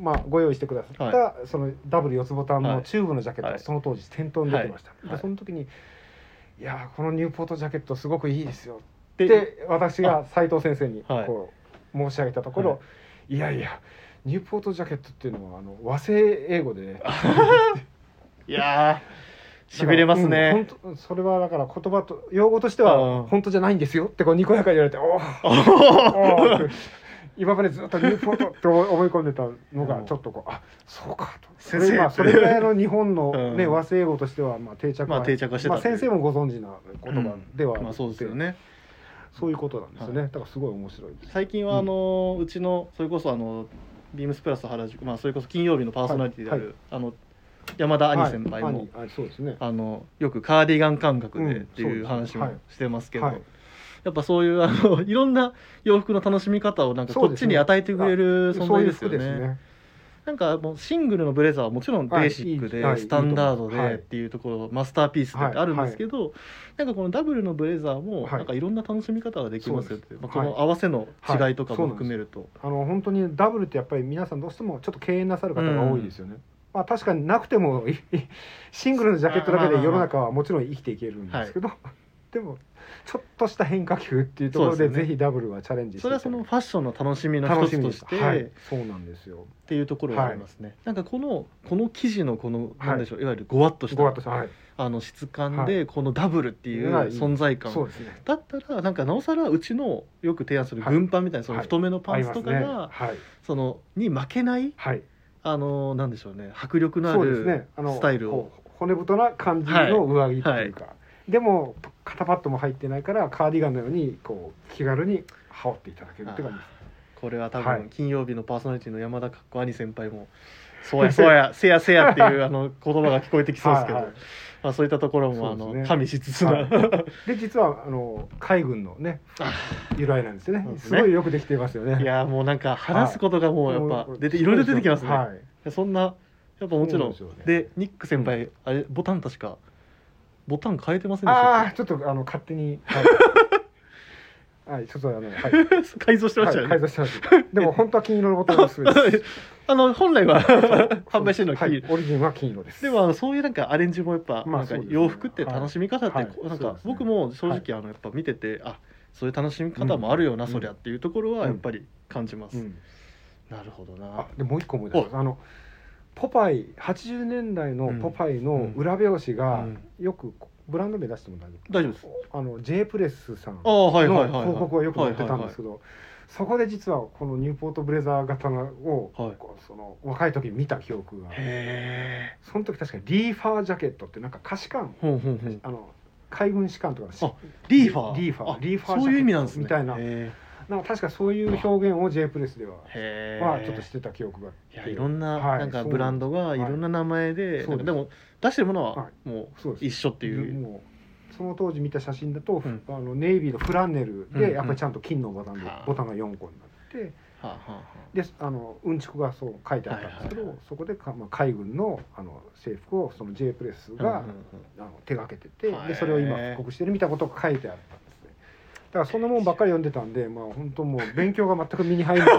Speaker 2: まあ、ご用意してくださった、
Speaker 1: は
Speaker 2: そのダブル四つボタン
Speaker 1: は
Speaker 2: の
Speaker 1: い
Speaker 2: チューブのジャケット、
Speaker 1: はい
Speaker 2: その当時店頭に出てました、
Speaker 1: いはい
Speaker 2: でその時に「いやーこのニューポートジャケットすごくいいですよ」
Speaker 1: で
Speaker 2: って私が斉藤先生に
Speaker 1: はい
Speaker 2: こう申し上げたところ「、
Speaker 1: はい
Speaker 2: やいやニューポートジャケットっていうのはあの和製英語でね
Speaker 1: いやーしびれます
Speaker 2: うん
Speaker 1: ね、
Speaker 2: 本当それはだから言葉と用語としては
Speaker 1: うん
Speaker 2: 本当じゃないんですよってこうにこやかに言われて「おー
Speaker 1: お ー
Speaker 2: 今までずっとニューポートって思い思い込んでたのがちょっとこうあそうかとそ
Speaker 1: 先
Speaker 2: れ,、
Speaker 1: 生
Speaker 2: まあ、それぐらいの日本の、
Speaker 1: うん
Speaker 2: ね和製英語としてはまあ定着は、
Speaker 1: まあ定着はしてた
Speaker 2: まあ、先生もご存知な言葉ではある
Speaker 1: まあそうですよね
Speaker 2: そういうことなんですよね、だからすごい面白いです、
Speaker 1: 最近はあの、うちのそれこそあのビームスプラス原宿まあそれこそ金曜日のパーソナリティである、
Speaker 2: は
Speaker 1: あの山田兄先輩も、
Speaker 2: はい兄あそうですね
Speaker 1: あのよくカーディガン感覚で
Speaker 2: うん
Speaker 1: っていう
Speaker 2: そうです
Speaker 1: 話
Speaker 2: ね
Speaker 1: も
Speaker 2: はい
Speaker 1: してますけど、
Speaker 2: はい
Speaker 1: やっぱそういうあの いろんな洋服の楽しみ方をなんか
Speaker 2: そう
Speaker 1: こ
Speaker 2: で
Speaker 1: っ
Speaker 2: す
Speaker 1: ち
Speaker 2: ね
Speaker 1: に与えてくれる存
Speaker 2: そう
Speaker 1: 在
Speaker 2: いう
Speaker 1: ですよ
Speaker 2: 服
Speaker 1: ね。
Speaker 2: ですね
Speaker 1: なんかもうシングルのブレザーはもちろんベーシックで
Speaker 2: はいいいはい
Speaker 1: スタンダードで
Speaker 2: いいと思うはい
Speaker 1: っていうところ、マスターピースでってあるんですけど、なんかこのダブルのブレザーも
Speaker 2: はい
Speaker 1: なんかいろんな楽しみ方ができますよって、
Speaker 2: そうです
Speaker 1: まあ、こ
Speaker 2: は
Speaker 1: の
Speaker 2: い
Speaker 1: 合わせの違いとか
Speaker 2: は
Speaker 1: も
Speaker 2: いそうなんです
Speaker 1: 含めると、
Speaker 2: あの本当にダブルってやっぱり皆さんどうしてもちょっと敬遠なさる方が多いですよね、まあ確かになくてもいいシングルのジャケットだけで世の中はもちろん生きていけるんですけど、でもちょっとした変化球っていうところ
Speaker 1: そう
Speaker 2: で
Speaker 1: ですね
Speaker 2: ぜひダブルはチャレンジして
Speaker 1: それはそのファッションの楽しみの
Speaker 2: 楽
Speaker 1: 一
Speaker 2: し
Speaker 1: つ
Speaker 2: み
Speaker 1: と
Speaker 2: で
Speaker 1: し
Speaker 2: す
Speaker 1: て、
Speaker 2: はい、そうなんですよ
Speaker 1: っていうところがありますね、なんかこのこの生地のこの
Speaker 2: はい
Speaker 1: なんでしょう、い、わゆるごわっとし
Speaker 2: ごわっと
Speaker 1: た
Speaker 2: したはい
Speaker 1: あの質感でこのダブルっていう
Speaker 2: はい
Speaker 1: 存在感、
Speaker 2: そうですね
Speaker 1: だったらなんかなおさらうちのよく提案する軍パンみたいなその
Speaker 2: はい
Speaker 1: 太めの
Speaker 2: あ
Speaker 1: パン
Speaker 2: り
Speaker 1: ツ
Speaker 2: ま
Speaker 1: と
Speaker 2: す
Speaker 1: か
Speaker 2: ね
Speaker 1: が、
Speaker 2: はい
Speaker 1: そのに負けない
Speaker 2: はい
Speaker 1: あのなんでしょうね迫力のあ
Speaker 2: そうですね
Speaker 1: る
Speaker 2: あの
Speaker 1: スタイルを
Speaker 2: こう骨太な感じの上着っていうか、でも肩パッドも入ってないからカーディガンのようにこう気軽に羽織っていただけるって感じです
Speaker 1: これは多
Speaker 2: は
Speaker 1: 分
Speaker 2: い
Speaker 1: 金曜日のパーソナリティの山田かっこ兄先輩も「そうやそう やせやせや」っていうあの言葉が聞こえてきそうですけど
Speaker 2: はいはい
Speaker 1: まあ、そういったところも、あ
Speaker 2: そう
Speaker 1: の
Speaker 2: ですね
Speaker 1: 加味しつつな、
Speaker 2: で実はあの海軍のね
Speaker 1: あ
Speaker 2: 由来なんですよね
Speaker 1: そうですすね
Speaker 2: ごいよくできていますよ ね
Speaker 1: い、やーもうなんか話すことがもうやっぱ出ていろいろ出てきますね、
Speaker 2: はい
Speaker 1: そんなやっぱもちろんで,、
Speaker 2: そうなんですよね
Speaker 1: ニック先輩、あれボタン確かボタン変えてませんでした
Speaker 2: ああちょっとあの勝手にはい、 はい、ちょっとあのはい、は
Speaker 1: っけ 改造してました
Speaker 2: い、
Speaker 1: よね、
Speaker 2: 改造してます でも本当は金色のボタンがすべてです
Speaker 1: あの本来は 販売してるのは
Speaker 2: は
Speaker 1: 黄色、
Speaker 2: い、オリジンは金色です
Speaker 1: でもあのそういうなんかアレンジもやっぱ、
Speaker 2: ま
Speaker 1: なん
Speaker 2: あ
Speaker 1: か
Speaker 2: そうですね
Speaker 1: 洋服って楽しみ方って、
Speaker 2: はい
Speaker 1: こうなん
Speaker 2: そう
Speaker 1: か
Speaker 2: ですね
Speaker 1: 僕も正直あのやっぱ見てて、あそういう楽しみ方もあるよな、
Speaker 2: うん
Speaker 1: そりゃっていうところは
Speaker 2: うん
Speaker 1: やっぱり感じます、
Speaker 2: うん
Speaker 1: なるほどな
Speaker 2: あでもう一個思い出しますあのポパイ80年代のポパイの裏表紙が、
Speaker 1: うん
Speaker 2: よくブランド名出しても大丈
Speaker 1: 大丈夫です
Speaker 2: 夫あの J プレスさん
Speaker 1: ああはいはいはい
Speaker 2: の広告はよく載ってたんですけど、そこで実はこのニューポートブレザー型のを、
Speaker 1: はい
Speaker 2: こうその若い時に見た記憶が
Speaker 1: へえ
Speaker 2: その時確かにリーファージャケットってなんか下士官
Speaker 1: ほんほんほん
Speaker 2: あの海軍士官とか
Speaker 1: あリーファー
Speaker 2: リーファー
Speaker 1: あ
Speaker 2: リーファー
Speaker 1: そういう意味なんですね
Speaker 2: みたいな
Speaker 1: へ
Speaker 2: なんか確かそういう表現を J プレスでは
Speaker 1: え
Speaker 2: はちょっとしてた記憶が
Speaker 1: いやいろんな、
Speaker 2: はい
Speaker 1: なんか
Speaker 2: そう
Speaker 1: ブランドがいろんな名前で、
Speaker 2: はい
Speaker 1: なんかでも出してるものはも
Speaker 2: そうです
Speaker 1: う一緒っていう、
Speaker 2: もうその当時見た写真だと、
Speaker 1: うん
Speaker 2: あのネイビーのフランネル
Speaker 1: うんうん
Speaker 2: でやっぱりちゃんと金のボタンで、
Speaker 1: はあ
Speaker 2: ボタンが4個になって
Speaker 1: はあはあは
Speaker 2: であのうんちくがそう書いてあったんですけど、
Speaker 1: はいはい
Speaker 2: そこでか、まあ、海軍のあの制服をその J プレス
Speaker 1: あ
Speaker 2: が、
Speaker 1: うんうんうん
Speaker 2: あの手がけてて
Speaker 1: へえ
Speaker 2: でそれを今復刻してるみたいなことが書いてあったんですねだからそんなもんばっかり読んでた んでまあ本当もう勉強が全く身に入らない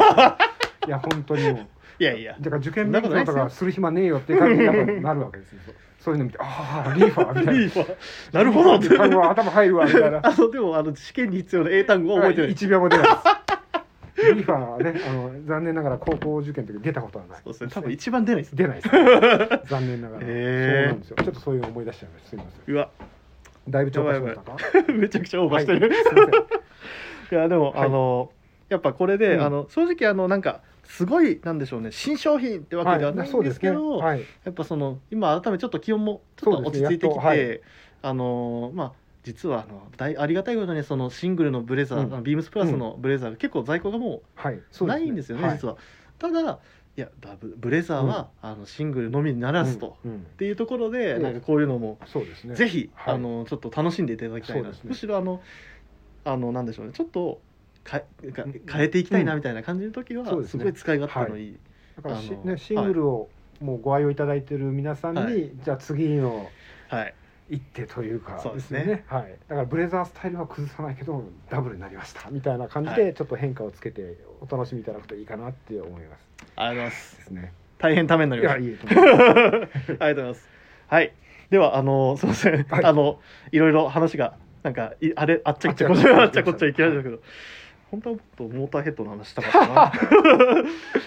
Speaker 2: いや本当にもう
Speaker 1: いやいや
Speaker 2: だから受験勉強
Speaker 1: そ
Speaker 2: と
Speaker 1: んなことないで
Speaker 2: かする暇ねえよっていう感じにやっぱなるわけですよそうそういうの見てああリーファーみたいな
Speaker 1: リーファーなるほどって
Speaker 2: 単語は頭入るわみたいな
Speaker 1: あので もあの試験に必要な英単語は覚えてない。
Speaker 2: 1秒も出ないですリーファーはねあの残念ながら高校受験の時出たことはない
Speaker 1: そうですね。多分一番出ないです。
Speaker 2: 出な いです残念ながら、
Speaker 1: へえ
Speaker 2: そうなんですよちょっとそういう思い出しちゃいましたすいませ
Speaker 1: うわ、
Speaker 2: んだいぶちょっとしましたか
Speaker 1: めちゃくちゃオーバーしてる。
Speaker 2: はいすい ません
Speaker 1: い、やでも、
Speaker 2: はい
Speaker 1: あのやっぱこれで、
Speaker 2: うん
Speaker 1: あの正直あのなんかすごいなんでしょうね新商品ってわけではないんですけど、
Speaker 2: はい、
Speaker 1: やっぱその今改めてちょっと気温もちょっと
Speaker 2: そう
Speaker 1: 落
Speaker 2: で
Speaker 1: ち
Speaker 2: すね
Speaker 1: 着いてきて、
Speaker 2: やっとはい
Speaker 1: あのまあ実はあの大ありがたいことにそのシングルのブレザー、
Speaker 2: うん
Speaker 1: あのビームスプラスのブレザーが結構在庫がもう
Speaker 2: はい、そう
Speaker 1: ないんですよね、実
Speaker 2: は。
Speaker 1: は。ただいやダブブレザーは、あのシングルのみにならずと、
Speaker 2: うんうん
Speaker 1: っていうところで、
Speaker 2: うん
Speaker 1: なんかこういうのも、
Speaker 2: そうですね。
Speaker 1: ぜひ、
Speaker 2: はい
Speaker 1: あのちょっと楽しんでいただきたい
Speaker 2: そ
Speaker 1: な、
Speaker 2: うですね
Speaker 1: むしろあのあのなんでしょうねちょっとかか
Speaker 2: うん
Speaker 1: 変えていきたいなみたいな感じの時は、
Speaker 2: そうです
Speaker 1: す
Speaker 2: ね
Speaker 1: ごい使い勝手のいい、
Speaker 2: だからし
Speaker 1: あの
Speaker 2: ねシングルをもうご愛用いただいている皆さんに、
Speaker 1: はい
Speaker 2: じゃあ次の
Speaker 1: はい
Speaker 2: 一手というか
Speaker 1: そうですね
Speaker 2: はい。だからブレザースタイルは崩さないけどダブルになりましたみたいな感じで、
Speaker 1: は
Speaker 2: ちょっと変化をつけてお楽しみいただくといいかなって思います。
Speaker 1: ありがとうございます
Speaker 2: ですね。
Speaker 1: 大変ためにないりま
Speaker 2: や
Speaker 1: し
Speaker 2: いいと
Speaker 1: た
Speaker 2: 思 います。
Speaker 1: ありがとうございますはいではあのすいません、
Speaker 2: はい
Speaker 1: あのいろいろ話がなんかいあれあっちゃこっちゃ
Speaker 2: あ
Speaker 1: こ
Speaker 2: っ
Speaker 1: っ
Speaker 2: ち
Speaker 1: ちゃ
Speaker 2: ゃ
Speaker 1: あっちゃこっちゃいきましたけど本当はもっとモーターヘッドの話した かったな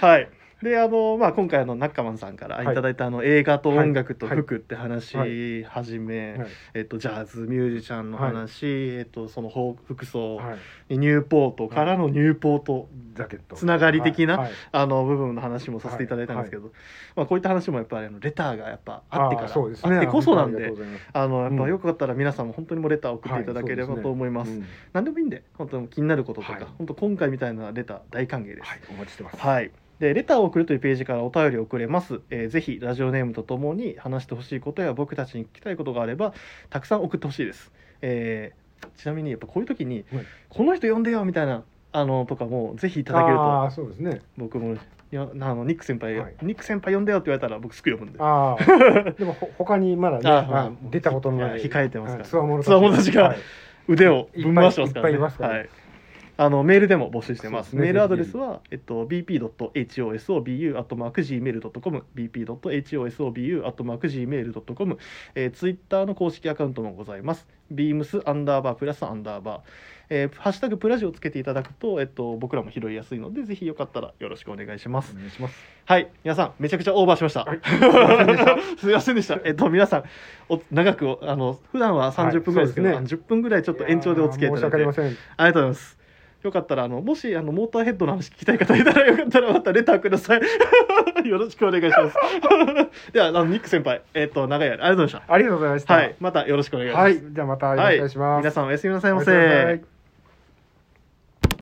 Speaker 1: はいであのまあ今回あのナッカマンさんから
Speaker 2: はい
Speaker 1: いただいたあの映画と音楽と
Speaker 2: はい
Speaker 1: 服って話はじめ、
Speaker 2: はい
Speaker 1: えっと、ジャズミュージシャンの話、えっと、その方服装、
Speaker 2: は
Speaker 1: ニ
Speaker 2: い。
Speaker 1: ューポートからのニューポート、
Speaker 2: ジャケット。
Speaker 1: つながり的な
Speaker 2: はいはい
Speaker 1: あの部分の話もさせていただいたんですけど、まあ、こういった話もやっぱりあのレターがやっぱあってから
Speaker 2: ーそうですね。
Speaker 1: あってこそなん
Speaker 2: ありが
Speaker 1: で
Speaker 2: とうございます
Speaker 1: あのやっ
Speaker 2: う
Speaker 1: ぱ
Speaker 2: ん
Speaker 1: よかったら皆さんも本当にもうレターを送っていただければと思います。
Speaker 2: はいそうでね
Speaker 1: 何でもいいんで本当に気になることとか、
Speaker 2: はい
Speaker 1: 本当今回みたいなレター大歓迎で
Speaker 2: うん
Speaker 1: す。
Speaker 2: はい、お待ちしてます。
Speaker 1: はいでレターを送るというページからお便りをくれます、えーぜひラジオネームとともに話してほしいことや僕たちに聞きたいことがあればたくさん送ってほしいです、えーちなみにやっぱこういう時に、
Speaker 2: はい
Speaker 1: この人呼んでよみたいなあのとかもぜひいただけると
Speaker 2: ああそうですね
Speaker 1: 僕もいやあのニック先輩が、
Speaker 2: はい
Speaker 1: ニック先輩呼んでよって言われたら僕すぐ呼ぶんで
Speaker 2: あ あでもほ他にまだね
Speaker 1: ああ
Speaker 2: まあ出たことのない
Speaker 1: いや控えてますから
Speaker 2: つわもの
Speaker 1: 強者たちが腕を
Speaker 2: いっぱい
Speaker 1: ぶん回してますから
Speaker 2: いっ
Speaker 1: ね。
Speaker 2: ぱいいますからね
Speaker 1: はい。あのメールでも募集してます。
Speaker 2: そうですね
Speaker 1: メールアドレスはえっと bp.hosobu アットマーク gmail.com bp.hosobu アットマーク gmail.com えー、ツイッターの公式アカウントもございます。beams アンダーバープラスアンダーバー、えー、ハッシュタグプラジをつけていただくとえっと僕らも拾いやすいのでぜひよかったらよろしくお願いします
Speaker 2: お。願いします
Speaker 1: はい、皆さんめちゃくちゃオーバーしました。
Speaker 2: はい
Speaker 1: すみませんでした。えっと皆さんお長くおあの普段は三十分ぐらいですけど、
Speaker 2: はい
Speaker 1: あ
Speaker 2: そう
Speaker 1: の
Speaker 2: で
Speaker 1: 10分ぐらいちょっと延長でお付き合いいただいて
Speaker 2: やー申し訳ありま
Speaker 1: ありがとうございます。よかったらあのもしあのモーターヘッドの話聞きたい方いたらよかったらまたレターください。 よろしくお願いします。ではあのニック先輩、えっと長い間ありがとうございまし。
Speaker 2: せんありがとうございました
Speaker 1: はい、またよろしくお願いします。
Speaker 2: はいじゃあまたよろしくお願いします、
Speaker 1: 皆さんおやすみなさいま
Speaker 2: おやすみなさ
Speaker 1: せ
Speaker 2: い。